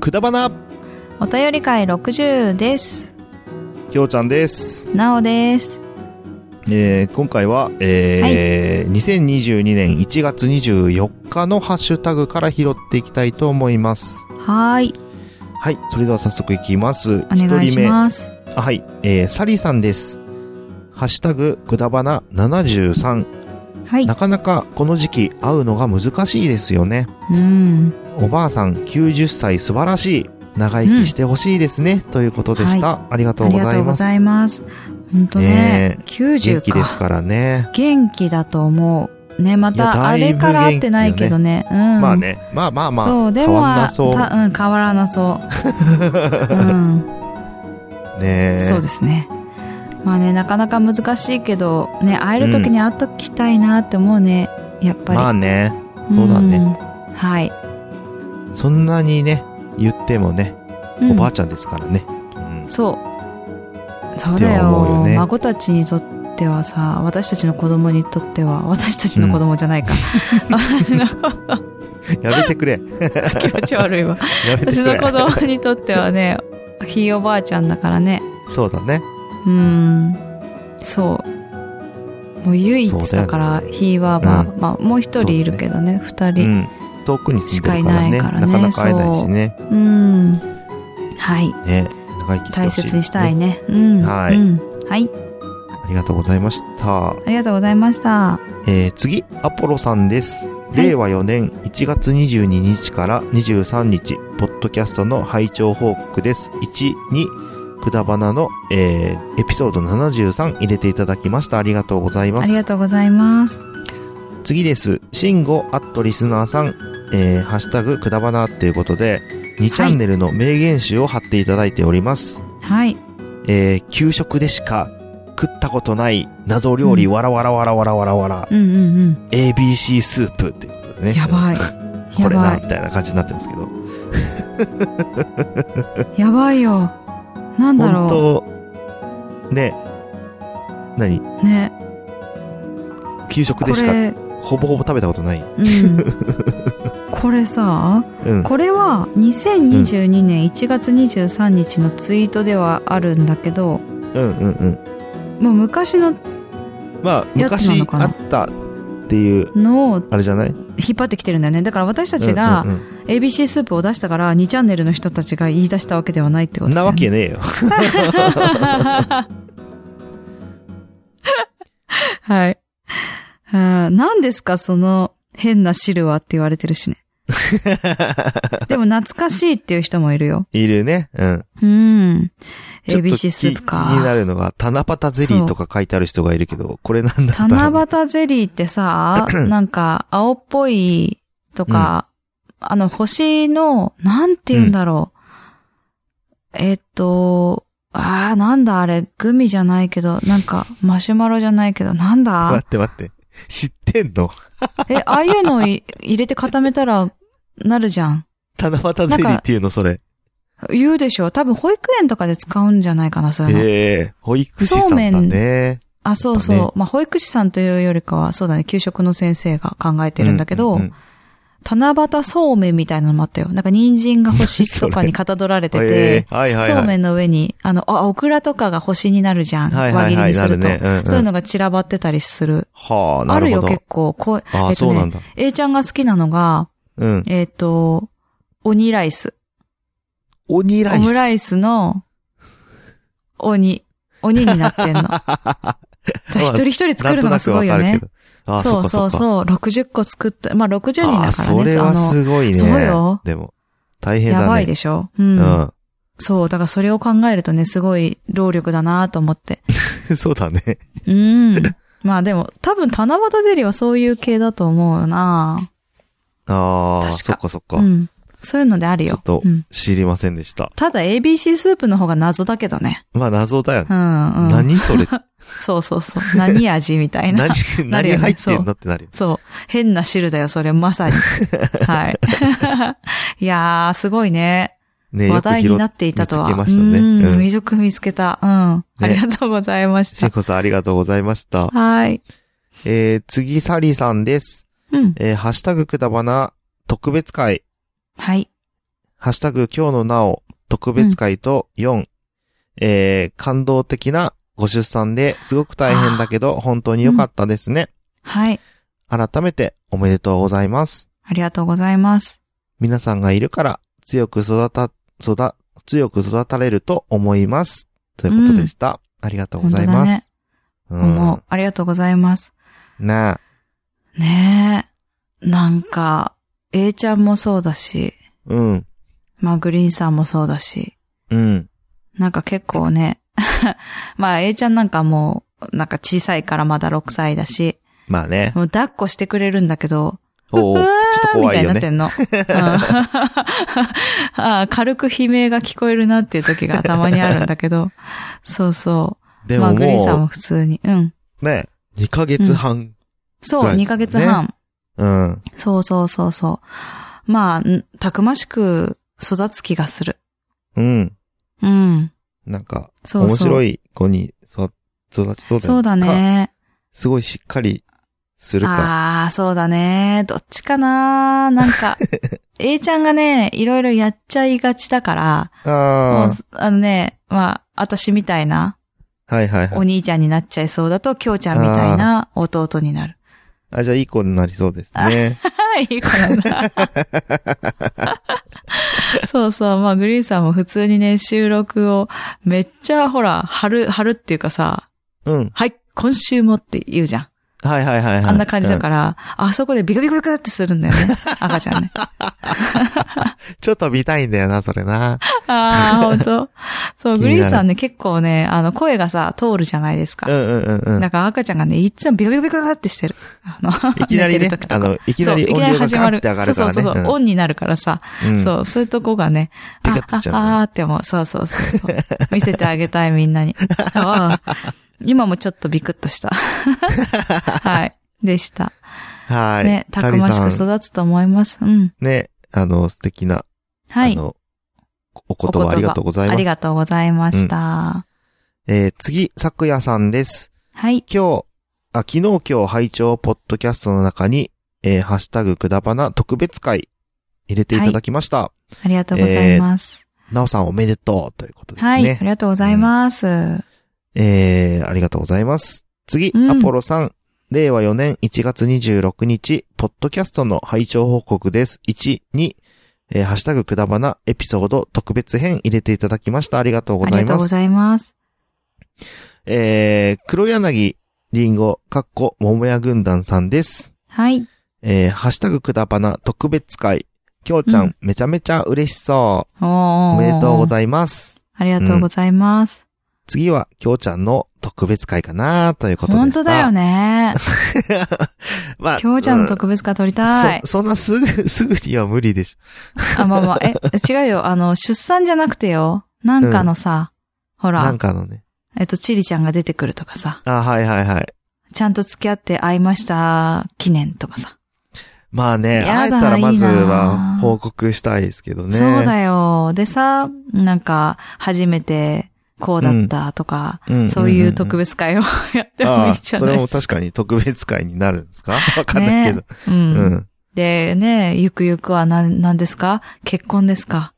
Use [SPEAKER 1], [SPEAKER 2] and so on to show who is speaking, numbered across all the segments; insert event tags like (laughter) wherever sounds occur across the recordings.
[SPEAKER 1] くだばな
[SPEAKER 2] お便り会60です。
[SPEAKER 1] ひょうちゃんです、
[SPEAKER 2] なおです。
[SPEAKER 1] えー、今回は、えー2022年1月24日のハッシュタグから拾っていきたいと思います
[SPEAKER 2] はーい。
[SPEAKER 1] はいそれでは早速いきます
[SPEAKER 2] お願いします。
[SPEAKER 1] あはい、えー、サリーさんですハッシュタグくだばな73
[SPEAKER 2] はい
[SPEAKER 1] な。かなかこの時期会うのが難しいですよね
[SPEAKER 2] うん。
[SPEAKER 1] おばあさん90歳素晴らしい長生きしてほしいですね、ということでした、ありがと
[SPEAKER 2] あ
[SPEAKER 1] うご
[SPEAKER 2] り
[SPEAKER 1] ざ
[SPEAKER 2] がと
[SPEAKER 1] いう
[SPEAKER 2] ご
[SPEAKER 1] ます
[SPEAKER 2] ざいます。ほんとね
[SPEAKER 1] ね、元
[SPEAKER 2] 90か
[SPEAKER 1] 気ですからね
[SPEAKER 2] 元気だと思う。ね、ま
[SPEAKER 1] いや
[SPEAKER 2] た、あ
[SPEAKER 1] だい
[SPEAKER 2] れ
[SPEAKER 1] ぶ
[SPEAKER 2] から会ってないけどね。うん。
[SPEAKER 1] まあ。ね、まあまあまあ、
[SPEAKER 2] そう、で
[SPEAKER 1] 変
[SPEAKER 2] も、
[SPEAKER 1] わんなそう。
[SPEAKER 2] たうん、変わら
[SPEAKER 1] (laughs)
[SPEAKER 2] なそう。うん。
[SPEAKER 1] ねえ。
[SPEAKER 2] そうですね。まあね、なかなか難しいけど、ね、会える時に会っときたいなって思うね。やっぱり。
[SPEAKER 1] まあね、そうだね
[SPEAKER 2] ん。はい。
[SPEAKER 1] そんなにね、言ってもね、
[SPEAKER 2] うん
[SPEAKER 1] おばあちゃんですからね。うん。
[SPEAKER 2] そう。そう
[SPEAKER 1] って
[SPEAKER 2] だ
[SPEAKER 1] 思う
[SPEAKER 2] よ
[SPEAKER 1] よね
[SPEAKER 2] 孫たちにとってはさ、私たちの子供にとっては、私たちの子供じゃないか。
[SPEAKER 1] やめてく
[SPEAKER 2] (laughs)
[SPEAKER 1] れ。
[SPEAKER 2] 気持ち悪いわ。
[SPEAKER 1] やめて
[SPEAKER 2] 私
[SPEAKER 1] く
[SPEAKER 2] の
[SPEAKER 1] れ。
[SPEAKER 2] 子供にとってはね、ひいおばあちゃんだからね。
[SPEAKER 1] そうだね。
[SPEAKER 2] うーん。そう。もう唯一だか
[SPEAKER 1] そ
[SPEAKER 2] ら、
[SPEAKER 1] うだよね
[SPEAKER 2] ひいはまあ、
[SPEAKER 1] う
[SPEAKER 2] まあ、もう一人いるけどね、二、
[SPEAKER 1] う
[SPEAKER 2] 人。
[SPEAKER 1] ん。遠くに住んでるからね。
[SPEAKER 2] しかいないからね
[SPEAKER 1] なかなか会えないしね。
[SPEAKER 2] うん。はい。
[SPEAKER 1] ね。長生きしてほ
[SPEAKER 2] 大
[SPEAKER 1] しい、
[SPEAKER 2] 切にしたい。ね。うん。
[SPEAKER 1] はい
[SPEAKER 2] うん。はい。
[SPEAKER 1] ありがとうございました。
[SPEAKER 2] ありがとうございました。
[SPEAKER 1] えー、次、アポロさんです。
[SPEAKER 2] い
[SPEAKER 1] 令和4年1月22日から23日、ポッドキャストの拝聴報告です。1、2、くだばなの、えーエピソード73入れていただきました。ありがとうございま
[SPEAKER 2] ありが
[SPEAKER 1] す。
[SPEAKER 2] とうございます。
[SPEAKER 1] 次です。シンゴアットリスナーさん、えーハッシュタグくだばなっていうことで、2チャンネルの名言集を貼っていただいております。
[SPEAKER 2] はい。
[SPEAKER 1] えー給食でしか食ったことない謎料理、
[SPEAKER 2] うん
[SPEAKER 1] わらわらわらわらわらわら、
[SPEAKER 2] うんうんうん。
[SPEAKER 1] ABC スープっていうことでね。
[SPEAKER 2] やばい。
[SPEAKER 1] (laughs) こ
[SPEAKER 2] や
[SPEAKER 1] れ
[SPEAKER 2] ば
[SPEAKER 1] な、み
[SPEAKER 2] い。
[SPEAKER 1] たいな感じになってますけど。
[SPEAKER 2] やばいよ。なんだろ
[SPEAKER 1] 本当ね、何
[SPEAKER 2] う。ね。
[SPEAKER 1] 給食
[SPEAKER 2] こ
[SPEAKER 1] でしか
[SPEAKER 2] れ、
[SPEAKER 1] ほぼほぼ食べたことない。 (laughs)
[SPEAKER 2] うん。これさ、
[SPEAKER 1] うん。
[SPEAKER 2] これは2022年1月23日のツイートではあるんだけど、
[SPEAKER 1] うんうんうん。
[SPEAKER 2] もう昔の
[SPEAKER 1] まあ、
[SPEAKER 2] やつな
[SPEAKER 1] 昔
[SPEAKER 2] のかな
[SPEAKER 1] あったっていう、
[SPEAKER 2] のを
[SPEAKER 1] あれじゃない
[SPEAKER 2] 引っ張ってきてるんだよね。だから私たち
[SPEAKER 1] う
[SPEAKER 2] が
[SPEAKER 1] んうん
[SPEAKER 2] ABC スープを出したから2チャンネルの人たちが言い出したわけではないってこ
[SPEAKER 1] うん
[SPEAKER 2] とだ
[SPEAKER 1] な
[SPEAKER 2] よ
[SPEAKER 1] わ
[SPEAKER 2] ね
[SPEAKER 1] けねえよ。 (laughs)
[SPEAKER 2] (laughs) はい。あー何ですかその変な汁はって言われてる
[SPEAKER 1] (laughs)
[SPEAKER 2] しね。でも懐かしいっていう人もいるよ。
[SPEAKER 1] いるね。うん。
[SPEAKER 2] うん。
[SPEAKER 1] ちょっと
[SPEAKER 2] ABC スー
[SPEAKER 1] 気
[SPEAKER 2] プ
[SPEAKER 1] 気にな
[SPEAKER 2] か。
[SPEAKER 1] るのが、七夕ゼリーとか書いてある人がいるけど、これなんだろう。
[SPEAKER 2] 七夕ゼリーってさ、なんか青っぽいとか、あの星の、なんて言うんだろう。えっと、ああ、なんだあれ、グミじゃないけど、なんかマシュマロじゃないけど、なんだ
[SPEAKER 1] (laughs) 待って待って。知ってんの
[SPEAKER 2] え、ああいうのをい入れて固めたら、なるじゃん。
[SPEAKER 1] 七夕ゼリーっていうのそれ。
[SPEAKER 2] 言うでしょ多分保育園とかで使うんじゃないかな、そういうの。
[SPEAKER 1] ええ保育士さん
[SPEAKER 2] そ
[SPEAKER 1] だ
[SPEAKER 2] う
[SPEAKER 1] ね。
[SPEAKER 2] あ、そうそう。
[SPEAKER 1] やっ
[SPEAKER 2] まあ、保育士さんというよりかは、そうだね、給食の先生が考えてるんだけど、
[SPEAKER 1] うううん
[SPEAKER 2] 七夕そうめんみたいなのもあったよ。なんか人参が
[SPEAKER 1] (laughs)
[SPEAKER 2] 星
[SPEAKER 1] そ
[SPEAKER 2] と
[SPEAKER 1] れ
[SPEAKER 2] かにかたどられて
[SPEAKER 1] え
[SPEAKER 2] て、
[SPEAKER 1] えはいはいはい。
[SPEAKER 2] そうめんの上に、あの、あ、オクラとかが星になるじゃん。
[SPEAKER 1] はいは
[SPEAKER 2] 輪
[SPEAKER 1] い
[SPEAKER 2] 切り
[SPEAKER 1] はい
[SPEAKER 2] にすると。
[SPEAKER 1] なるねうんうん
[SPEAKER 2] そういうのが散らばってたりする。
[SPEAKER 1] はあ、な
[SPEAKER 2] ある
[SPEAKER 1] るほ
[SPEAKER 2] よ、
[SPEAKER 1] ど。
[SPEAKER 2] 結構。こう、
[SPEAKER 1] ああ、
[SPEAKER 2] えっ
[SPEAKER 1] そ
[SPEAKER 2] と
[SPEAKER 1] うなん
[SPEAKER 2] ね、
[SPEAKER 1] だ。
[SPEAKER 2] A ちゃんが好きなのが、
[SPEAKER 1] うん。
[SPEAKER 2] えっ、と、鬼ライス。
[SPEAKER 1] 鬼ライ
[SPEAKER 2] オ
[SPEAKER 1] ス。
[SPEAKER 2] ムライスの、鬼。鬼になって
[SPEAKER 1] (laughs)
[SPEAKER 2] んの。だから一人一人作るのがすごいよ
[SPEAKER 1] なん
[SPEAKER 2] ね
[SPEAKER 1] と。なくわかるけど。ああ、そうう
[SPEAKER 2] そそ
[SPEAKER 1] そううそう。
[SPEAKER 2] そう。60個作った。まあ、60人だ
[SPEAKER 1] ああ、
[SPEAKER 2] から
[SPEAKER 1] そ
[SPEAKER 2] ね。
[SPEAKER 1] れ
[SPEAKER 2] そ
[SPEAKER 1] は
[SPEAKER 2] の、
[SPEAKER 1] すごいね。
[SPEAKER 2] そうよ
[SPEAKER 1] でも、大変だね。
[SPEAKER 2] やばいでしょ。う。
[SPEAKER 1] うんん。
[SPEAKER 2] そう。だからそれを考えるとね、すごい労力だなと思って。
[SPEAKER 1] (laughs) そうだね。 (laughs)
[SPEAKER 2] うん。まあでも、多分七夕ゼリーはそういう系だと思うよな
[SPEAKER 1] ああ、
[SPEAKER 2] 確か
[SPEAKER 1] そっかそっか
[SPEAKER 2] う。ん。そういうのである
[SPEAKER 1] ちょ
[SPEAKER 2] よ
[SPEAKER 1] っ。と
[SPEAKER 2] うん、
[SPEAKER 1] 知りませんでした。
[SPEAKER 2] ただ ABC スープの方が謎だけどね。
[SPEAKER 1] まあ、謎だよね
[SPEAKER 2] う。んうん。
[SPEAKER 1] 何
[SPEAKER 2] (laughs)
[SPEAKER 1] それ
[SPEAKER 2] そうそうそう。何味みたいな
[SPEAKER 1] 何。、
[SPEAKER 2] (laughs) なるよ
[SPEAKER 1] 何
[SPEAKER 2] ね
[SPEAKER 1] 入ってんのってなるよ。
[SPEAKER 2] そう。変な汁だよ、それ、
[SPEAKER 1] (laughs)
[SPEAKER 2] まさに。 (laughs) はい。いやー、すごいね。
[SPEAKER 1] ね
[SPEAKER 2] 話題にな
[SPEAKER 1] っ
[SPEAKER 2] っていたとは。
[SPEAKER 1] 見つけましたね
[SPEAKER 2] うん、
[SPEAKER 1] うん
[SPEAKER 2] 未熟見つけた。うん。ありがとうございました
[SPEAKER 1] しん。こさんありがとうございました。
[SPEAKER 2] はい。
[SPEAKER 1] えー、次、サリーさんです。
[SPEAKER 2] うん。
[SPEAKER 1] えー、ハッシュタグくだばな、特別会、
[SPEAKER 2] はい。
[SPEAKER 1] ハッシュタグ今日のなお特別会と4、えー、感動的なご出産ですごく大変だけど本当に良かったですね。
[SPEAKER 2] はい。
[SPEAKER 1] 改めておめでとうございます。
[SPEAKER 2] ありがとうございます。
[SPEAKER 1] 皆さんがいるから強く育た、育、強く育たれると思います。ということでした。ありがとうございます。う
[SPEAKER 2] もう、ありがとうございます。
[SPEAKER 1] ん。ね
[SPEAKER 2] ねえ。なんか、A ちゃんもそうだし、
[SPEAKER 1] え。うん。
[SPEAKER 2] まあ、グリーンさんもそうだし、
[SPEAKER 1] うん。
[SPEAKER 2] なんか結構ね、 (laughs) まあ、A ちゃんなんかもう、なんか小さいからまだ6歳だし、
[SPEAKER 1] まあね。
[SPEAKER 2] もう抱っこしてくれるんだけど、
[SPEAKER 1] おお、
[SPEAKER 2] う
[SPEAKER 1] ちょ
[SPEAKER 2] わ
[SPEAKER 1] っと
[SPEAKER 2] ーみ
[SPEAKER 1] 怖
[SPEAKER 2] たい
[SPEAKER 1] い
[SPEAKER 2] に
[SPEAKER 1] よ
[SPEAKER 2] なって
[SPEAKER 1] ね。
[SPEAKER 2] んの。うん (laughs) あー軽く悲鳴が聞こえるなっていう時がたまにあるんだけど、そうそ
[SPEAKER 1] で
[SPEAKER 2] う。ま
[SPEAKER 1] も
[SPEAKER 2] あ、グリーンさん
[SPEAKER 1] も
[SPEAKER 2] も普通に。うん。
[SPEAKER 1] う、ね、2ヶ月半。
[SPEAKER 2] そう、
[SPEAKER 1] ぐらい
[SPEAKER 2] 2ヶ月半。
[SPEAKER 1] うん。
[SPEAKER 2] そうそうそうそう。まあ、んたくましく育つ気がする。
[SPEAKER 1] うん。
[SPEAKER 2] うん。
[SPEAKER 1] なんか、
[SPEAKER 2] そう
[SPEAKER 1] 面
[SPEAKER 2] そう。
[SPEAKER 1] 白
[SPEAKER 2] い。
[SPEAKER 1] い子にそ育ちそうだよね。
[SPEAKER 2] そうだ
[SPEAKER 1] か。
[SPEAKER 2] ね。
[SPEAKER 1] すごいしっかりするか。
[SPEAKER 2] ああ、そうだね。どっちかなな
[SPEAKER 1] (laughs)
[SPEAKER 2] んか、A ちゃんがね、いろいろやっちゃいがちだから、も
[SPEAKER 1] あ
[SPEAKER 2] うあのね、まあ、私みたいな
[SPEAKER 1] あ。はいはいは
[SPEAKER 2] お
[SPEAKER 1] い。
[SPEAKER 2] 兄ちゃんになっちゃいそうだと、きょうちゃんみたいな弟になる。
[SPEAKER 1] あ、じゃあいい子になりそうですね。
[SPEAKER 2] はい、いい子なんだ。そうそう。まあ、グリーンさんも普通にね、収録を、めっちゃ、ほら、春、春っていうかさ、
[SPEAKER 1] うん。
[SPEAKER 2] はい、今週もって言うじゃん。
[SPEAKER 1] はいはいはいはい。
[SPEAKER 2] あんな感じだ
[SPEAKER 1] ら。
[SPEAKER 2] から、あそこでビクビクビクってするんだよね。赤ち
[SPEAKER 1] (laughs)
[SPEAKER 2] ゃんね。
[SPEAKER 1] ちょっと見たいんだよな、それな。
[SPEAKER 2] ああ、本当そう、
[SPEAKER 1] 気
[SPEAKER 2] グ
[SPEAKER 1] になる
[SPEAKER 2] リーンさんね、結構ね、あの、声がさ、通るじゃないですか
[SPEAKER 1] う。んうんうんうん。
[SPEAKER 2] だから赤ちゃんがね、いつもビクビクビクってしてる。あの、
[SPEAKER 1] いきなり
[SPEAKER 2] (laughs)
[SPEAKER 1] ね
[SPEAKER 2] 寝てる時、と
[SPEAKER 1] あ
[SPEAKER 2] か
[SPEAKER 1] の、いきなり
[SPEAKER 2] そう
[SPEAKER 1] 音量がガンって上がるか
[SPEAKER 2] そう
[SPEAKER 1] ら
[SPEAKER 2] そ
[SPEAKER 1] ね
[SPEAKER 2] うそう、。オンになるからさ。
[SPEAKER 1] うんうん
[SPEAKER 2] そう、そういうとこがね、
[SPEAKER 1] ピ
[SPEAKER 2] あ
[SPEAKER 1] カッとしちゃうね
[SPEAKER 2] あ、あーってもう、そうそうそ
[SPEAKER 1] (laughs)
[SPEAKER 2] うそう。見せてあげたいみんなに。ああ今もちょっとビクッ
[SPEAKER 1] (laughs)
[SPEAKER 2] とした。はい。でした。
[SPEAKER 1] はい。
[SPEAKER 2] ね、たくましく
[SPEAKER 1] サリさん
[SPEAKER 2] 育つと思います。うん。
[SPEAKER 1] ね、あの、素敵な、
[SPEAKER 2] は
[SPEAKER 1] あ
[SPEAKER 2] い。
[SPEAKER 1] の、お言葉ありがとうござい
[SPEAKER 2] あ
[SPEAKER 1] ま
[SPEAKER 2] り
[SPEAKER 1] す。
[SPEAKER 2] がとうございました。
[SPEAKER 1] えー、次、さくやさんです。
[SPEAKER 2] はい。
[SPEAKER 1] 今日、あ、昨日今日拝聴ポッドキャストの中に、えーハッシュタグくだばな特別会入れていただきました。
[SPEAKER 2] ありがとうございます。
[SPEAKER 1] なおさんおめでとうということですね。
[SPEAKER 2] はい。ありがとうございます。
[SPEAKER 1] えー、ありがとうございます。次、
[SPEAKER 2] うん
[SPEAKER 1] アポロさん。令和4年1月26日、ポッドキャストの拝聴報告です。1、2、えーハッシュタグくだばなエピソード特別編入れていただきました。ありがとうご
[SPEAKER 2] あり
[SPEAKER 1] ざい
[SPEAKER 2] がとう
[SPEAKER 1] ま
[SPEAKER 2] ご
[SPEAKER 1] す。
[SPEAKER 2] ざいます。
[SPEAKER 1] えー、黒柳りんご、かっこ、桃屋軍団さんです。
[SPEAKER 2] はい。
[SPEAKER 1] えーハッシュタグくだばな特別会。きょうちゃん、
[SPEAKER 2] うん
[SPEAKER 1] めちゃめちゃ嬉しそう。
[SPEAKER 2] おー
[SPEAKER 1] お
[SPEAKER 2] お
[SPEAKER 1] めでとうご
[SPEAKER 2] い
[SPEAKER 1] ざいます。
[SPEAKER 2] ます。ありがとうございます。
[SPEAKER 1] 次は、きょうちゃんの特別会かなということでした。
[SPEAKER 2] 本当だよ
[SPEAKER 1] ね。
[SPEAKER 2] ね。
[SPEAKER 1] (laughs) まあ、
[SPEAKER 2] 今日ちゃんの
[SPEAKER 1] 特
[SPEAKER 2] 特別化撮り
[SPEAKER 1] 別
[SPEAKER 2] たい。
[SPEAKER 1] そ、そんなすぐ、 (laughs) すぐには無理でし
[SPEAKER 2] (laughs) あ、まあまあ、え、違うよ。あの、出産じゃなくてよ。なんかのさ、ほ
[SPEAKER 1] ょ。な
[SPEAKER 2] ら
[SPEAKER 1] ん、かのね。
[SPEAKER 2] えっと、チリちゃんが出てくるとかさ、
[SPEAKER 1] あ、はいはいはい。
[SPEAKER 2] ちゃんと付き合って会いました記念とかさ。
[SPEAKER 1] まあね、
[SPEAKER 2] やだ
[SPEAKER 1] 会えたらまず
[SPEAKER 2] いいな
[SPEAKER 1] は報告したいですけどね。
[SPEAKER 2] そうだよ。でさ、なんか、初めてこうだったとか、
[SPEAKER 1] うん
[SPEAKER 2] そういう特別会を (laughs) やってもいい
[SPEAKER 1] あ
[SPEAKER 2] じゃ
[SPEAKER 1] そ
[SPEAKER 2] な
[SPEAKER 1] れ
[SPEAKER 2] い
[SPEAKER 1] も
[SPEAKER 2] で
[SPEAKER 1] 確
[SPEAKER 2] すか。
[SPEAKER 1] かに特別会になるんですかわかんないけど。
[SPEAKER 2] う。
[SPEAKER 1] うんん。
[SPEAKER 2] で、ね、ゆくゆくは何、何ですか結婚ですか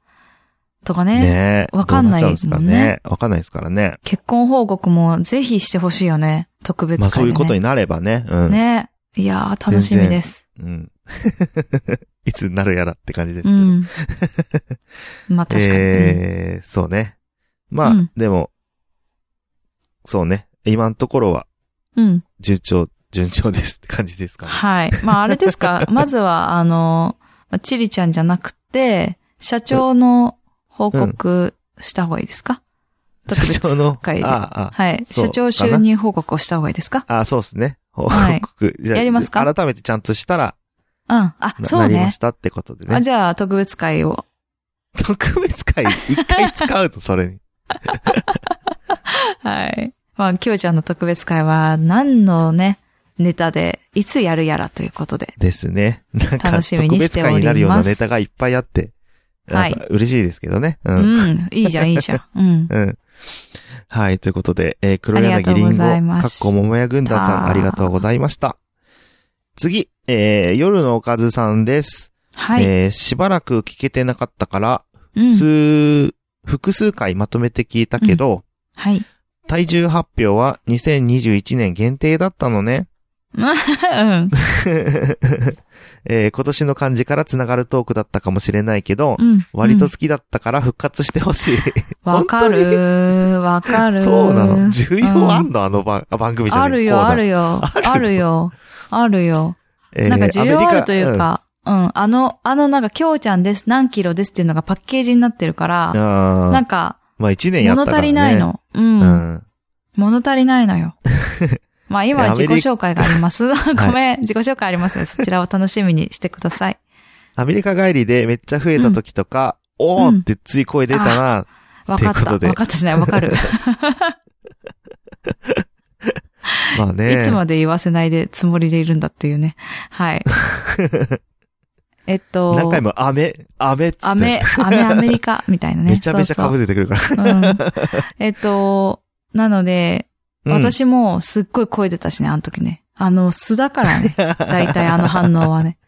[SPEAKER 2] とかね。
[SPEAKER 1] ねえ。
[SPEAKER 2] わかんない
[SPEAKER 1] どうっちゃうんですか
[SPEAKER 2] もん
[SPEAKER 1] ね
[SPEAKER 2] ね。
[SPEAKER 1] わかんないですからね。
[SPEAKER 2] 結婚報告もぜひしてほしいよね。特別
[SPEAKER 1] ま
[SPEAKER 2] 会
[SPEAKER 1] あ
[SPEAKER 2] で、ね。
[SPEAKER 1] そういうことになればね。うん。
[SPEAKER 2] ね。いやー、楽しみです。
[SPEAKER 1] うん。 (laughs) いつになるやらって感じですけ
[SPEAKER 2] う
[SPEAKER 1] ど。(laughs)
[SPEAKER 2] ん。まあ確かに。
[SPEAKER 1] えー、そうね。まあ、
[SPEAKER 2] うん
[SPEAKER 1] でも、そうね。今のところは、
[SPEAKER 2] うん。うん
[SPEAKER 1] 順調、順調ですって感じですかね。
[SPEAKER 2] はい。まああれで
[SPEAKER 1] (laughs)
[SPEAKER 2] すか、まずは、あの、まあチリちゃんじゃなくて、社長の報告した方がいいですか、特別
[SPEAKER 1] 社長の、あ
[SPEAKER 2] 会で
[SPEAKER 1] あ、あ
[SPEAKER 2] はい。
[SPEAKER 1] そう
[SPEAKER 2] 社長就任報告をした方がいいですか
[SPEAKER 1] あ、あそうですね。報
[SPEAKER 2] はい
[SPEAKER 1] 告。 (laughs) じゃあ
[SPEAKER 2] やりますか
[SPEAKER 1] 改めてちゃんとしたら、
[SPEAKER 2] うん。あ、
[SPEAKER 1] な
[SPEAKER 2] そう
[SPEAKER 1] なりま
[SPEAKER 2] ね
[SPEAKER 1] し。たってことで
[SPEAKER 2] あ
[SPEAKER 1] ね。
[SPEAKER 2] じゃあ、特別会を。
[SPEAKER 1] 特別会、一回使うと、それに。
[SPEAKER 2] はい。まあ、きょうちゃんの特別会は、何のね、ネタで、いつやるやらということで。
[SPEAKER 1] ですね。なんか、
[SPEAKER 2] 楽しみにしてお
[SPEAKER 1] 特
[SPEAKER 2] ります
[SPEAKER 1] 別会になるようなネタがいっぱいあって、
[SPEAKER 2] はい
[SPEAKER 1] なんか嬉しいですけどね。うん
[SPEAKER 2] うん。いいじゃん、いいじゃん。うん。
[SPEAKER 1] うん。はい、ということで、えー、黒
[SPEAKER 2] あ
[SPEAKER 1] 柳り
[SPEAKER 2] りがとうんご
[SPEAKER 1] ご、
[SPEAKER 2] ざい
[SPEAKER 1] か
[SPEAKER 2] ま
[SPEAKER 1] っ
[SPEAKER 2] す
[SPEAKER 1] こ桃屋軍団さん、
[SPEAKER 2] た
[SPEAKER 1] ありがとうございました。次、えー、夜のおかずさんです。
[SPEAKER 2] はい。
[SPEAKER 1] えー、しばらく聞けてなかったから、
[SPEAKER 2] うん。
[SPEAKER 1] 数、複数回まとめて聞いたけど、
[SPEAKER 2] はい。
[SPEAKER 1] 体重発表は2021年限定だったのね。 (laughs)
[SPEAKER 2] うん。
[SPEAKER 1] えー今年の漢字からつながるトークだったかもしれないけど、
[SPEAKER 2] うん。
[SPEAKER 1] 割と好きだったから復活してほしい。
[SPEAKER 2] うんわか
[SPEAKER 1] 本当
[SPEAKER 2] る。わか
[SPEAKER 1] (laughs)
[SPEAKER 2] る。
[SPEAKER 1] そうなの重要あ
[SPEAKER 2] うん
[SPEAKER 1] の、あの番あ番組じゃない
[SPEAKER 2] あるよ、あるよ。あるよ。あるよ。なんか需要あるという、か、うん。あの、あのなんか、きょうちゃんです、何キロですっていうのがパッケージになってるから
[SPEAKER 1] コーナー、あー
[SPEAKER 2] なんか、
[SPEAKER 1] まあ一年やった
[SPEAKER 2] 物
[SPEAKER 1] から、ね。
[SPEAKER 2] 足りない。の。う。
[SPEAKER 1] うんん。
[SPEAKER 2] 物足りない
[SPEAKER 1] (laughs)
[SPEAKER 2] のよ。まあ
[SPEAKER 1] い
[SPEAKER 2] 今
[SPEAKER 1] や
[SPEAKER 2] 自己紹介があります。
[SPEAKER 1] (laughs)
[SPEAKER 2] (laughs) ごめん、自己紹介ありますね。そちらを楽しみにしてく
[SPEAKER 1] (laughs)
[SPEAKER 2] ださい。
[SPEAKER 1] アメリカ帰りでめっちゃ増えた時とか、おーってつい声出たな、
[SPEAKER 2] わかっ
[SPEAKER 1] ということ
[SPEAKER 2] た。
[SPEAKER 1] で
[SPEAKER 2] わかったしない。わかる。
[SPEAKER 1] まあ (laughs) ね。
[SPEAKER 2] いつまで言わせないでつもりでいるんだっていうね。はい。えっと、
[SPEAKER 1] 何回もアメ、アメっつって。
[SPEAKER 2] アメ、アメアメ
[SPEAKER 1] (laughs)
[SPEAKER 2] リカみたいなね。
[SPEAKER 1] めちゃめちゃ被
[SPEAKER 2] る。
[SPEAKER 1] せてくるから。
[SPEAKER 2] うんえっと、なので、
[SPEAKER 1] うん、
[SPEAKER 2] 私もすっごい声出たしね、あの時ね。あの、素だか
[SPEAKER 1] (laughs)
[SPEAKER 2] らね。大体あの反応はね。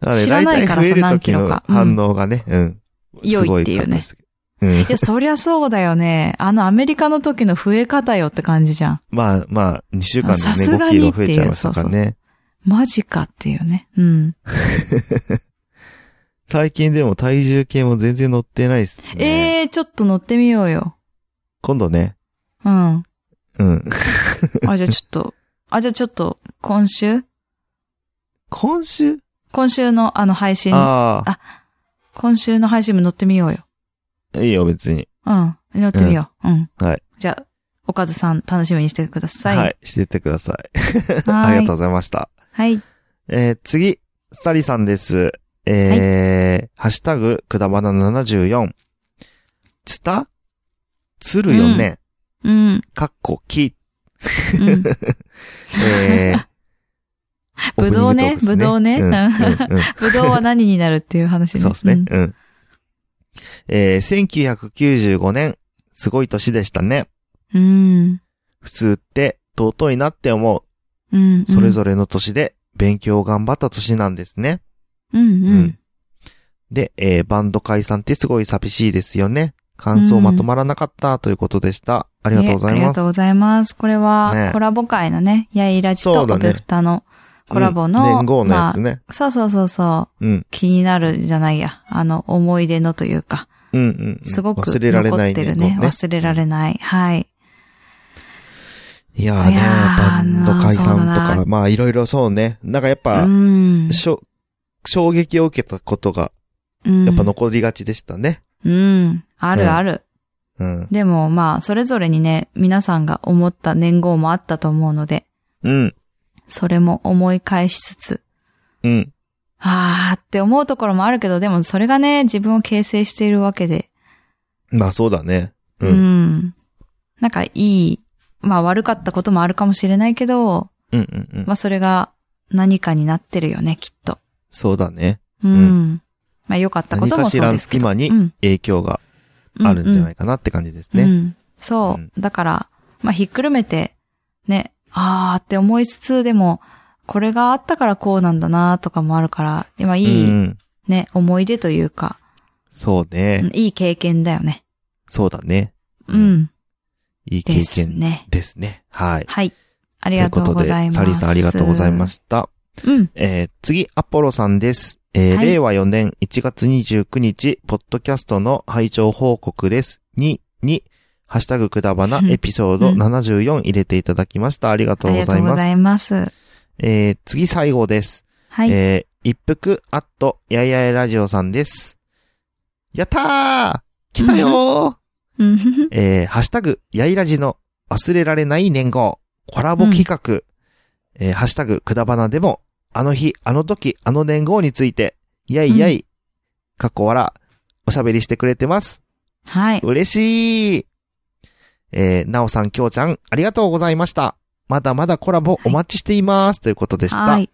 [SPEAKER 1] だね
[SPEAKER 2] 知らないからさ
[SPEAKER 1] 大体増える時の
[SPEAKER 2] 何キロかうん
[SPEAKER 1] 反応がね、うん。
[SPEAKER 2] 良いっていうね
[SPEAKER 1] すごい方です
[SPEAKER 2] いや、そりゃそうだよね。あのアメリカの時の増え方よって感じじゃん。
[SPEAKER 1] うん。まあまあ、2週間
[SPEAKER 2] さ
[SPEAKER 1] ですね、
[SPEAKER 2] が
[SPEAKER 1] 5
[SPEAKER 2] に
[SPEAKER 1] キロ増えちゃいましたからね。
[SPEAKER 2] マジかっていうね。うん。
[SPEAKER 1] 最近でも体重計も全然乗ってないですね。え
[SPEAKER 2] ええー、ちょっと乗ってみようよ。
[SPEAKER 1] 今度ね。
[SPEAKER 2] うん。
[SPEAKER 1] うん。
[SPEAKER 2] あ、じゃあちょっと、あ、じゃあちょっと、今週
[SPEAKER 1] 今週
[SPEAKER 2] 今週のあの配信、
[SPEAKER 1] あ
[SPEAKER 2] 今週の配信も乗ってみようよ。
[SPEAKER 1] あ、いいよ、別に。
[SPEAKER 2] うん。乗ってみよう。うん。
[SPEAKER 1] はい。
[SPEAKER 2] じゃあ、おかずさん楽しみにしてください。
[SPEAKER 1] はい。してってください。
[SPEAKER 2] (laughs) は
[SPEAKER 1] あ
[SPEAKER 2] い
[SPEAKER 1] りがとうございました。
[SPEAKER 2] はい。
[SPEAKER 1] えー、次、サリさんです。えー、ハッシュタグ、くだばな74。つたつるよね。
[SPEAKER 2] うん。
[SPEAKER 1] かっこき。 (laughs)
[SPEAKER 2] うん。
[SPEAKER 1] えー、
[SPEAKER 2] (laughs) ぶどうね
[SPEAKER 1] オープニングトークです
[SPEAKER 2] ぶどうね
[SPEAKER 1] うんうんうん
[SPEAKER 2] (laughs) ぶどうは何になるっていう話ね。
[SPEAKER 1] そうですね。うん。えー、1995年、すごい年でしたね。
[SPEAKER 2] うん。
[SPEAKER 1] 普通って尊いなって思
[SPEAKER 2] うん。うん。
[SPEAKER 1] う。それぞ
[SPEAKER 2] れ。
[SPEAKER 1] れの年で勉強を頑張った年なんですね。
[SPEAKER 2] うん。う
[SPEAKER 1] うんん。で、えーバンド解散ってすごい寂しいですよね。感想まとまらなかったということでした。あ
[SPEAKER 2] あ
[SPEAKER 1] りがとうござい
[SPEAKER 2] あり
[SPEAKER 1] ま
[SPEAKER 2] が
[SPEAKER 1] す。
[SPEAKER 2] とうございます。これは
[SPEAKER 1] ね、
[SPEAKER 2] コラボ会のね、やいラジ
[SPEAKER 1] そ
[SPEAKER 2] と
[SPEAKER 1] うだ
[SPEAKER 2] オ
[SPEAKER 1] ね
[SPEAKER 2] ペフタのコラボの、
[SPEAKER 1] うん年号のやつね。
[SPEAKER 2] まあそうそうそうそう。
[SPEAKER 1] うん。
[SPEAKER 2] 気になるじゃないや。あの、思い出のというか、
[SPEAKER 1] うんうん。
[SPEAKER 2] すごく
[SPEAKER 1] 忘
[SPEAKER 2] 残
[SPEAKER 1] れられな
[SPEAKER 2] っ
[SPEAKER 1] い
[SPEAKER 2] てる
[SPEAKER 1] 年号
[SPEAKER 2] ね。忘れられない。はい。
[SPEAKER 1] いやー
[SPEAKER 2] い
[SPEAKER 1] ね
[SPEAKER 2] やー
[SPEAKER 1] バンド解散と
[SPEAKER 2] そうだ
[SPEAKER 1] か、
[SPEAKER 2] な
[SPEAKER 1] まあいろいろそうね。なんかやっ
[SPEAKER 2] う
[SPEAKER 1] ぱ、
[SPEAKER 2] ん。
[SPEAKER 1] しょ、衝撃を受けたことが、や
[SPEAKER 2] や
[SPEAKER 1] っぱ残りがちでしたね。
[SPEAKER 2] うん。あ
[SPEAKER 1] うん
[SPEAKER 2] るある。
[SPEAKER 1] うん。
[SPEAKER 2] でもまあ、それぞれにね、皆さんが思った年号もあったと思うので、
[SPEAKER 1] うん。
[SPEAKER 2] それも思い返しつつ、
[SPEAKER 1] うん。
[SPEAKER 2] あーって思うところもあるけど、でもそれがね、自分を形成しているわけで、
[SPEAKER 1] まあそうだね。う。
[SPEAKER 2] うんん。なんかいい、まあ悪かったこともあるかもしれないけど、
[SPEAKER 1] うんうんうん。
[SPEAKER 2] まあそれが何かになってるよね、きっと。
[SPEAKER 1] そうだね。
[SPEAKER 2] うん。
[SPEAKER 1] う
[SPEAKER 2] まあ良かったこ
[SPEAKER 1] 何
[SPEAKER 2] と
[SPEAKER 1] か
[SPEAKER 2] も
[SPEAKER 1] し
[SPEAKER 2] そう
[SPEAKER 1] ら
[SPEAKER 2] ですけど。
[SPEAKER 1] 今に
[SPEAKER 2] うん
[SPEAKER 1] 影響があるんじゃないいかなって感じです
[SPEAKER 2] う
[SPEAKER 1] ね。
[SPEAKER 2] ん。そうう。
[SPEAKER 1] ん
[SPEAKER 2] だから、まあひっくるめて、ね、あーって思いつつ、でも、これがあったからこうなんだなとかもあるから、今いうい、
[SPEAKER 1] ん。
[SPEAKER 2] ね、思い出というか、
[SPEAKER 1] そうね
[SPEAKER 2] うん。いい経験だよね。
[SPEAKER 1] そうだね。
[SPEAKER 2] う。
[SPEAKER 1] うんいい経
[SPEAKER 2] です
[SPEAKER 1] 験
[SPEAKER 2] ね。
[SPEAKER 1] ですね。はい。
[SPEAKER 2] はい。あ
[SPEAKER 1] あ
[SPEAKER 2] りがとうございます。
[SPEAKER 1] サリーさんありがとうございま
[SPEAKER 2] し
[SPEAKER 1] した。
[SPEAKER 2] た。うん。
[SPEAKER 1] えー、次、アポロさんです。えー
[SPEAKER 2] はい
[SPEAKER 1] 令和4年1月29日、ポッドキャストの拝聴報告です。2、2、ハッシュタグくだばなエピソード74入れていただきました。ありがと
[SPEAKER 2] あ
[SPEAKER 1] う
[SPEAKER 2] り
[SPEAKER 1] ご
[SPEAKER 2] がと
[SPEAKER 1] ざいう
[SPEAKER 2] ご
[SPEAKER 1] ます。
[SPEAKER 2] ざいます。
[SPEAKER 1] えー、次、最後です。
[SPEAKER 2] はい。
[SPEAKER 1] えー、一服、アット、やいやいラジオさんです。やったー来たよ
[SPEAKER 2] (laughs)
[SPEAKER 1] ー
[SPEAKER 2] うんふふ
[SPEAKER 1] えー、ハッシュタグ、やいらじの忘れられない年号、コラボ企画、えーハッシュタグ、くだばなでも、あの日、あの時、あの年号について、やいやい、かっこわら、おしゃべりしてくれてます。
[SPEAKER 2] はい。
[SPEAKER 1] 嬉しいえー、なおさん、きょうちゃん、ありがとうございました。まだまだコラボお待ちしています、ということでした。
[SPEAKER 2] はい。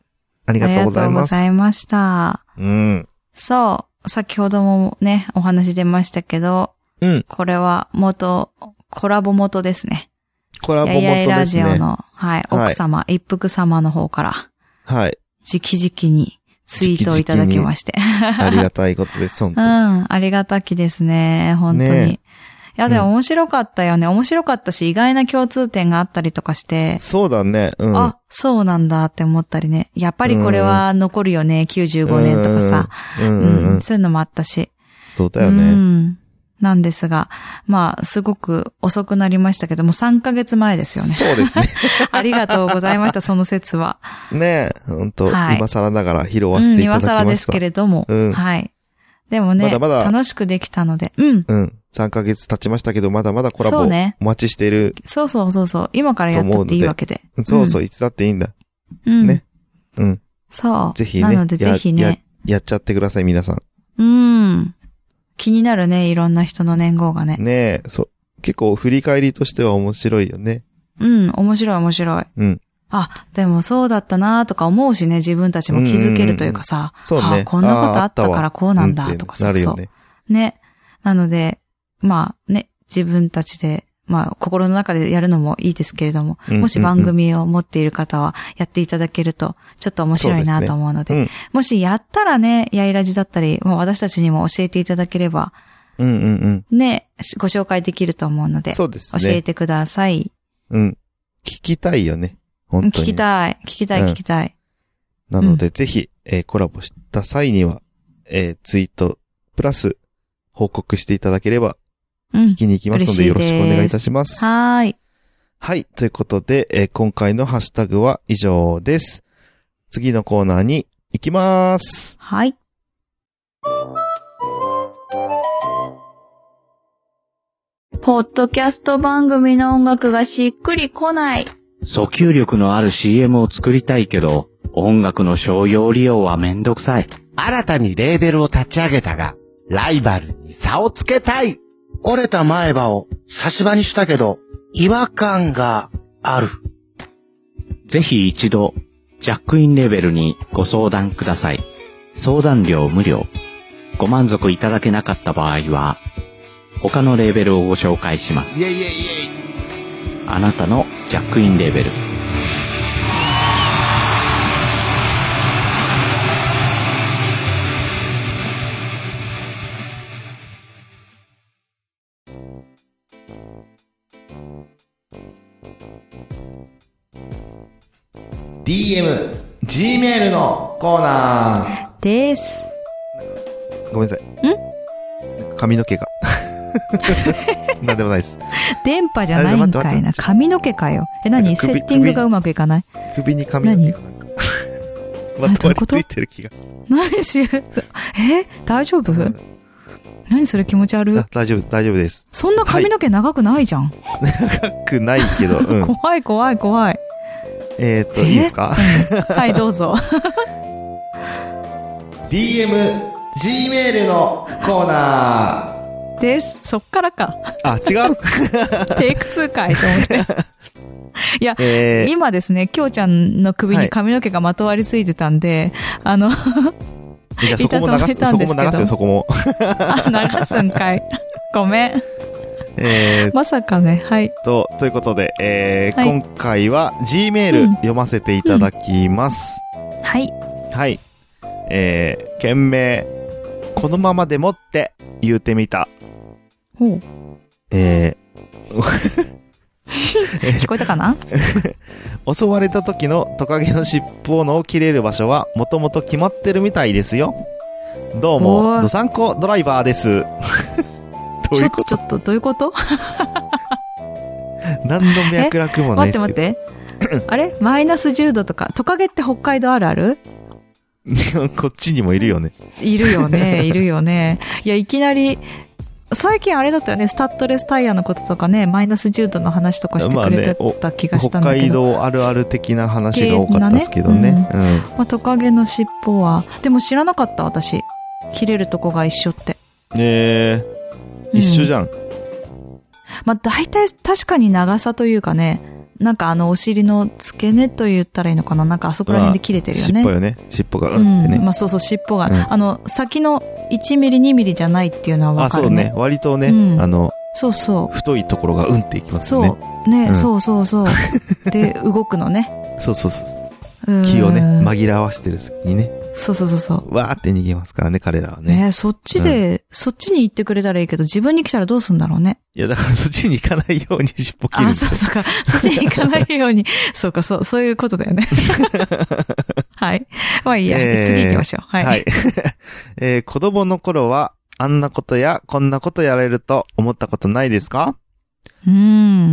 [SPEAKER 1] あり
[SPEAKER 2] あ
[SPEAKER 1] が
[SPEAKER 2] り
[SPEAKER 1] とう
[SPEAKER 2] が
[SPEAKER 1] ござ
[SPEAKER 2] と
[SPEAKER 1] いう
[SPEAKER 2] ご
[SPEAKER 1] ます。
[SPEAKER 2] ざいました。
[SPEAKER 1] うん。
[SPEAKER 2] そう。先ほどもね、お話出ましたけど、
[SPEAKER 1] うん。
[SPEAKER 2] これは元、コラボ元ですね。
[SPEAKER 1] コラボ
[SPEAKER 2] や
[SPEAKER 1] 元
[SPEAKER 2] いやい
[SPEAKER 1] で
[SPEAKER 2] ラ
[SPEAKER 1] す
[SPEAKER 2] ジ
[SPEAKER 1] ね。
[SPEAKER 2] オの、
[SPEAKER 1] は
[SPEAKER 2] はい、
[SPEAKER 1] い
[SPEAKER 2] (laughs) 奥様、一服様の方から、
[SPEAKER 1] はい。
[SPEAKER 2] 直々にツイートをいただきまして。
[SPEAKER 1] ありがたいことです、本
[SPEAKER 2] (laughs) う
[SPEAKER 1] 当に。
[SPEAKER 2] ん、ありがたきですね、本当に。
[SPEAKER 1] ね
[SPEAKER 2] いや、で
[SPEAKER 1] う
[SPEAKER 2] も
[SPEAKER 1] ん
[SPEAKER 2] 面白かったよね。面白かったし、意外な共通点があったりとかして、
[SPEAKER 1] そうだね、うん。
[SPEAKER 2] あ、そうなんだって思ったりね。やっぱりこれは残るよね、95年とかさ、
[SPEAKER 1] うん
[SPEAKER 2] う
[SPEAKER 1] うんうん
[SPEAKER 2] ん。そういうのもあったし。
[SPEAKER 1] そうだよ
[SPEAKER 2] う
[SPEAKER 1] ね。
[SPEAKER 2] ん。なんですが、まあ、すごく遅くなりましたけども、3ヶ月前で
[SPEAKER 1] (laughs)
[SPEAKER 2] すよね。
[SPEAKER 1] そうですね。
[SPEAKER 2] ありがとうございました、その説は。
[SPEAKER 1] ねえ、ほんと、
[SPEAKER 2] はい
[SPEAKER 1] 今更ながら拾わ
[SPEAKER 2] う
[SPEAKER 1] せ
[SPEAKER 2] ん、
[SPEAKER 1] ていただ
[SPEAKER 2] 今
[SPEAKER 1] きました。
[SPEAKER 2] 更ですけれども。
[SPEAKER 1] うん
[SPEAKER 2] はい。でもね
[SPEAKER 1] まだまだ
[SPEAKER 2] 楽しくできたので。うん。
[SPEAKER 1] うん。3ヶ月経ちましたけど、まだまだコラボ
[SPEAKER 2] そ
[SPEAKER 1] お
[SPEAKER 2] うね
[SPEAKER 1] 待ちしている。
[SPEAKER 2] そうそうそうそう。今からやったっていいわけで。
[SPEAKER 1] そうそう、
[SPEAKER 2] う
[SPEAKER 1] いつだっていいんだ。
[SPEAKER 2] ん。うん、
[SPEAKER 1] ね。うん。
[SPEAKER 2] そう。
[SPEAKER 1] ぜひね
[SPEAKER 2] なので
[SPEAKER 1] や
[SPEAKER 2] ぜひ
[SPEAKER 1] や
[SPEAKER 2] ね。
[SPEAKER 1] やっちゃってください、皆さ
[SPEAKER 2] うん。気になるね、いろんな人の年号がね
[SPEAKER 1] ん。。ねえ、そう。結構振り返りとしては面白いよね。
[SPEAKER 2] うん、面白い面白い。
[SPEAKER 1] うん。
[SPEAKER 2] あ、でもそうだったなとか思うしね、自分たちも気づけるというかさ。
[SPEAKER 1] そうね。
[SPEAKER 2] あこんなことあった
[SPEAKER 1] わ
[SPEAKER 2] からこうなん
[SPEAKER 1] う
[SPEAKER 2] だ
[SPEAKER 1] って
[SPEAKER 2] とか
[SPEAKER 1] な
[SPEAKER 2] さ、
[SPEAKER 1] る
[SPEAKER 2] そ
[SPEAKER 1] よ
[SPEAKER 2] う。
[SPEAKER 1] ね。
[SPEAKER 2] ね。なので、まあね、自分たちで、まあ心の中でやるのもいいですけれども、
[SPEAKER 1] うん
[SPEAKER 2] もし番組を持っている方はやっていただけると、ちょっと面白い
[SPEAKER 1] そうです
[SPEAKER 2] な
[SPEAKER 1] ね
[SPEAKER 2] と思うので、
[SPEAKER 1] うん
[SPEAKER 2] もしやったらね、やいらじだったり、まあ私たちにも教えていただければ、
[SPEAKER 1] うんうんうん。
[SPEAKER 2] ね、しご紹介できると思うので、
[SPEAKER 1] そうです
[SPEAKER 2] 教
[SPEAKER 1] ね。
[SPEAKER 2] えてください。
[SPEAKER 1] うん。聞きたいよね。本当
[SPEAKER 2] 聞
[SPEAKER 1] に。
[SPEAKER 2] きたい、聞きたい、
[SPEAKER 1] うん
[SPEAKER 2] 聞きたい。
[SPEAKER 1] なので、ぜひ、えーコラボした際には、えーツイート、プラス、報告していただければ、
[SPEAKER 2] うん。
[SPEAKER 1] 聞きに行きますので、よ
[SPEAKER 2] 嬉
[SPEAKER 1] ろし
[SPEAKER 2] しい
[SPEAKER 1] く
[SPEAKER 2] です
[SPEAKER 1] お願いいたします。
[SPEAKER 2] はーい。
[SPEAKER 1] はい。ということで、えー今回のハッシュタグは以上です。次のコーナーに行きます。
[SPEAKER 2] はい。ポッドキャスト番組の音楽がしっくりこない。
[SPEAKER 3] 訴求力のある CM を作りたいけど、音楽の商用利用はめんどくさい。
[SPEAKER 4] 新たにレーベルを立ち上げたが、ライバルに差をつけたい折れた前歯を差し歯にしたけど、違和感がある。
[SPEAKER 3] ぜひ一度、ジャックインレベルにご相談ください。相談料無料。ご満足いただけなかった場合は、他のレーベルをご紹介します。
[SPEAKER 4] イェイイェイイェイ
[SPEAKER 3] あなたのジャックインレベル。
[SPEAKER 1] DM、Gmail のコーナー。
[SPEAKER 2] です。
[SPEAKER 1] ごめんなさい。なんか髪の
[SPEAKER 2] (laughs)
[SPEAKER 1] 毛が。なんでもないです。
[SPEAKER 2] 電波じゃないん
[SPEAKER 1] あれ
[SPEAKER 2] か
[SPEAKER 1] 待って待
[SPEAKER 2] い
[SPEAKER 1] っ
[SPEAKER 2] な。
[SPEAKER 1] て
[SPEAKER 2] 髪の毛かよ。え、
[SPEAKER 1] なん
[SPEAKER 2] 何
[SPEAKER 1] か
[SPEAKER 2] セ
[SPEAKER 1] 首
[SPEAKER 2] ッティングがうまくいかない
[SPEAKER 1] 首に髪の毛がなんか。 (laughs) ま
[SPEAKER 2] 何
[SPEAKER 1] とわり
[SPEAKER 2] あどう
[SPEAKER 1] つ
[SPEAKER 2] いうこと
[SPEAKER 1] いてる気がする。
[SPEAKER 2] 何し、え大丈夫何それ気持ち悪い
[SPEAKER 1] あ大丈夫、大丈夫です。
[SPEAKER 2] そんな髪の毛長くないじゃん。
[SPEAKER 1] くないけ
[SPEAKER 2] (laughs)
[SPEAKER 1] ど、うん。
[SPEAKER 2] 怖い怖い怖い。
[SPEAKER 1] えーっと、
[SPEAKER 2] え
[SPEAKER 1] いいですか (laughs)
[SPEAKER 2] はい、どうぞ。
[SPEAKER 1] ?DM、Gmail のコーナー。
[SPEAKER 2] です。そっからか。
[SPEAKER 1] あ、違
[SPEAKER 2] (laughs)
[SPEAKER 1] う
[SPEAKER 2] テイク2回と思って。いや、
[SPEAKER 1] えー、
[SPEAKER 2] 今ですね、きょうちゃんの首
[SPEAKER 1] は
[SPEAKER 2] に
[SPEAKER 1] い
[SPEAKER 2] 髪の毛がまとわりついてたんで、あの、 (laughs)
[SPEAKER 1] じゃあそこも
[SPEAKER 2] いただ
[SPEAKER 1] 流
[SPEAKER 2] い
[SPEAKER 1] す、
[SPEAKER 2] た
[SPEAKER 1] そこ
[SPEAKER 2] んで
[SPEAKER 1] も
[SPEAKER 2] すけど
[SPEAKER 1] 流すよ、そこも。 (laughs)
[SPEAKER 2] あ流すんかい。 (laughs) ごめん。
[SPEAKER 1] えー
[SPEAKER 2] まさかね、はい。
[SPEAKER 1] と、ということで、えー
[SPEAKER 2] はい
[SPEAKER 1] 今回は
[SPEAKER 2] う
[SPEAKER 1] Gmail
[SPEAKER 2] ん
[SPEAKER 1] 読ませていただきます。
[SPEAKER 2] はい。
[SPEAKER 1] はい。えー、件名、このままでもって言うてみた。
[SPEAKER 2] おう
[SPEAKER 1] え
[SPEAKER 2] 聞こえたかな
[SPEAKER 1] ー、襲われた時のトカゲの尻尾の切れる場所はもともと決まってるみたいですよ。どう
[SPEAKER 2] お
[SPEAKER 1] も、
[SPEAKER 2] ー
[SPEAKER 1] ドサンコドライバー
[SPEAKER 2] (laughs)
[SPEAKER 1] です。どう
[SPEAKER 2] ち
[SPEAKER 1] いう
[SPEAKER 2] ょっ、
[SPEAKER 1] こと
[SPEAKER 2] ちょっと、どういうこと
[SPEAKER 1] 何の脈絡もない
[SPEAKER 2] 待
[SPEAKER 1] で
[SPEAKER 2] って
[SPEAKER 1] すけ
[SPEAKER 2] 待っ
[SPEAKER 1] ど。
[SPEAKER 2] て。あれマイナス10度とか。トカゲって北海道あるある
[SPEAKER 1] (laughs) こっちにもいるよね。
[SPEAKER 2] いる
[SPEAKER 1] (laughs)
[SPEAKER 2] よね、いるよね。いや、いきなり、最近あれだったよね、スタッドレスタイヤのこととかね、マイナス10度の話とかしてくれて
[SPEAKER 1] まあね
[SPEAKER 2] た気がし
[SPEAKER 1] 北
[SPEAKER 2] たんだけ
[SPEAKER 1] 海
[SPEAKER 2] ど。
[SPEAKER 1] 道あるある的な話が多かったですけどね。うん
[SPEAKER 2] まあ、トカゲの尻尾は、でも知らなかった私。切れるとこが一緒って。
[SPEAKER 1] ねえ、一緒じ
[SPEAKER 2] ゃん。
[SPEAKER 1] ゃん。
[SPEAKER 2] まあ、大体確かに長さというかね、なんかあのお尻の付け根と言ったらいいのかななんかあそこら辺で切れてるよ
[SPEAKER 1] 尻
[SPEAKER 2] ね。
[SPEAKER 1] 尾よね。尻尾が、う
[SPEAKER 2] うん
[SPEAKER 1] って
[SPEAKER 2] ん、
[SPEAKER 1] ね。
[SPEAKER 2] まあそうそう、尻尾が、
[SPEAKER 1] うん
[SPEAKER 2] あの、先の1ミリ、2ミリじゃないっていうのはわ
[SPEAKER 1] あ、
[SPEAKER 2] か
[SPEAKER 1] そう
[SPEAKER 2] る
[SPEAKER 1] ね
[SPEAKER 2] ね。。
[SPEAKER 1] 割とね、
[SPEAKER 2] うん
[SPEAKER 1] あの、
[SPEAKER 2] そうそ
[SPEAKER 1] 太いところがうんっていきま
[SPEAKER 2] う。
[SPEAKER 1] すよね
[SPEAKER 2] そ。う。ね、
[SPEAKER 1] うん
[SPEAKER 2] そうそ
[SPEAKER 1] (laughs)
[SPEAKER 2] うそう。で、動くのね。
[SPEAKER 1] そうそうそう。
[SPEAKER 2] うん
[SPEAKER 1] 気をね、紛らわしてる時にね。
[SPEAKER 2] そうそうそうそう。
[SPEAKER 1] わーって逃げますからね、彼らはね。
[SPEAKER 2] ねそっちで、そっちに行ってくれたらいいけど、自分に来たらどうすんだろうね。
[SPEAKER 1] いや、だからそっちに行かないように尻尾切るん
[SPEAKER 2] あ、
[SPEAKER 1] でし
[SPEAKER 2] そ
[SPEAKER 1] ょ
[SPEAKER 2] うそうか。 (laughs) そっちに行かないように。そうか、そう、そういうことだよ
[SPEAKER 1] (laughs)
[SPEAKER 2] ね。はい。まあいいや。
[SPEAKER 1] えー
[SPEAKER 2] 次行きましょう。はい。
[SPEAKER 1] はい。 (laughs) えー子供の頃は、あんなことやこんなことやれると思ったことないですか (laughs)
[SPEAKER 2] うー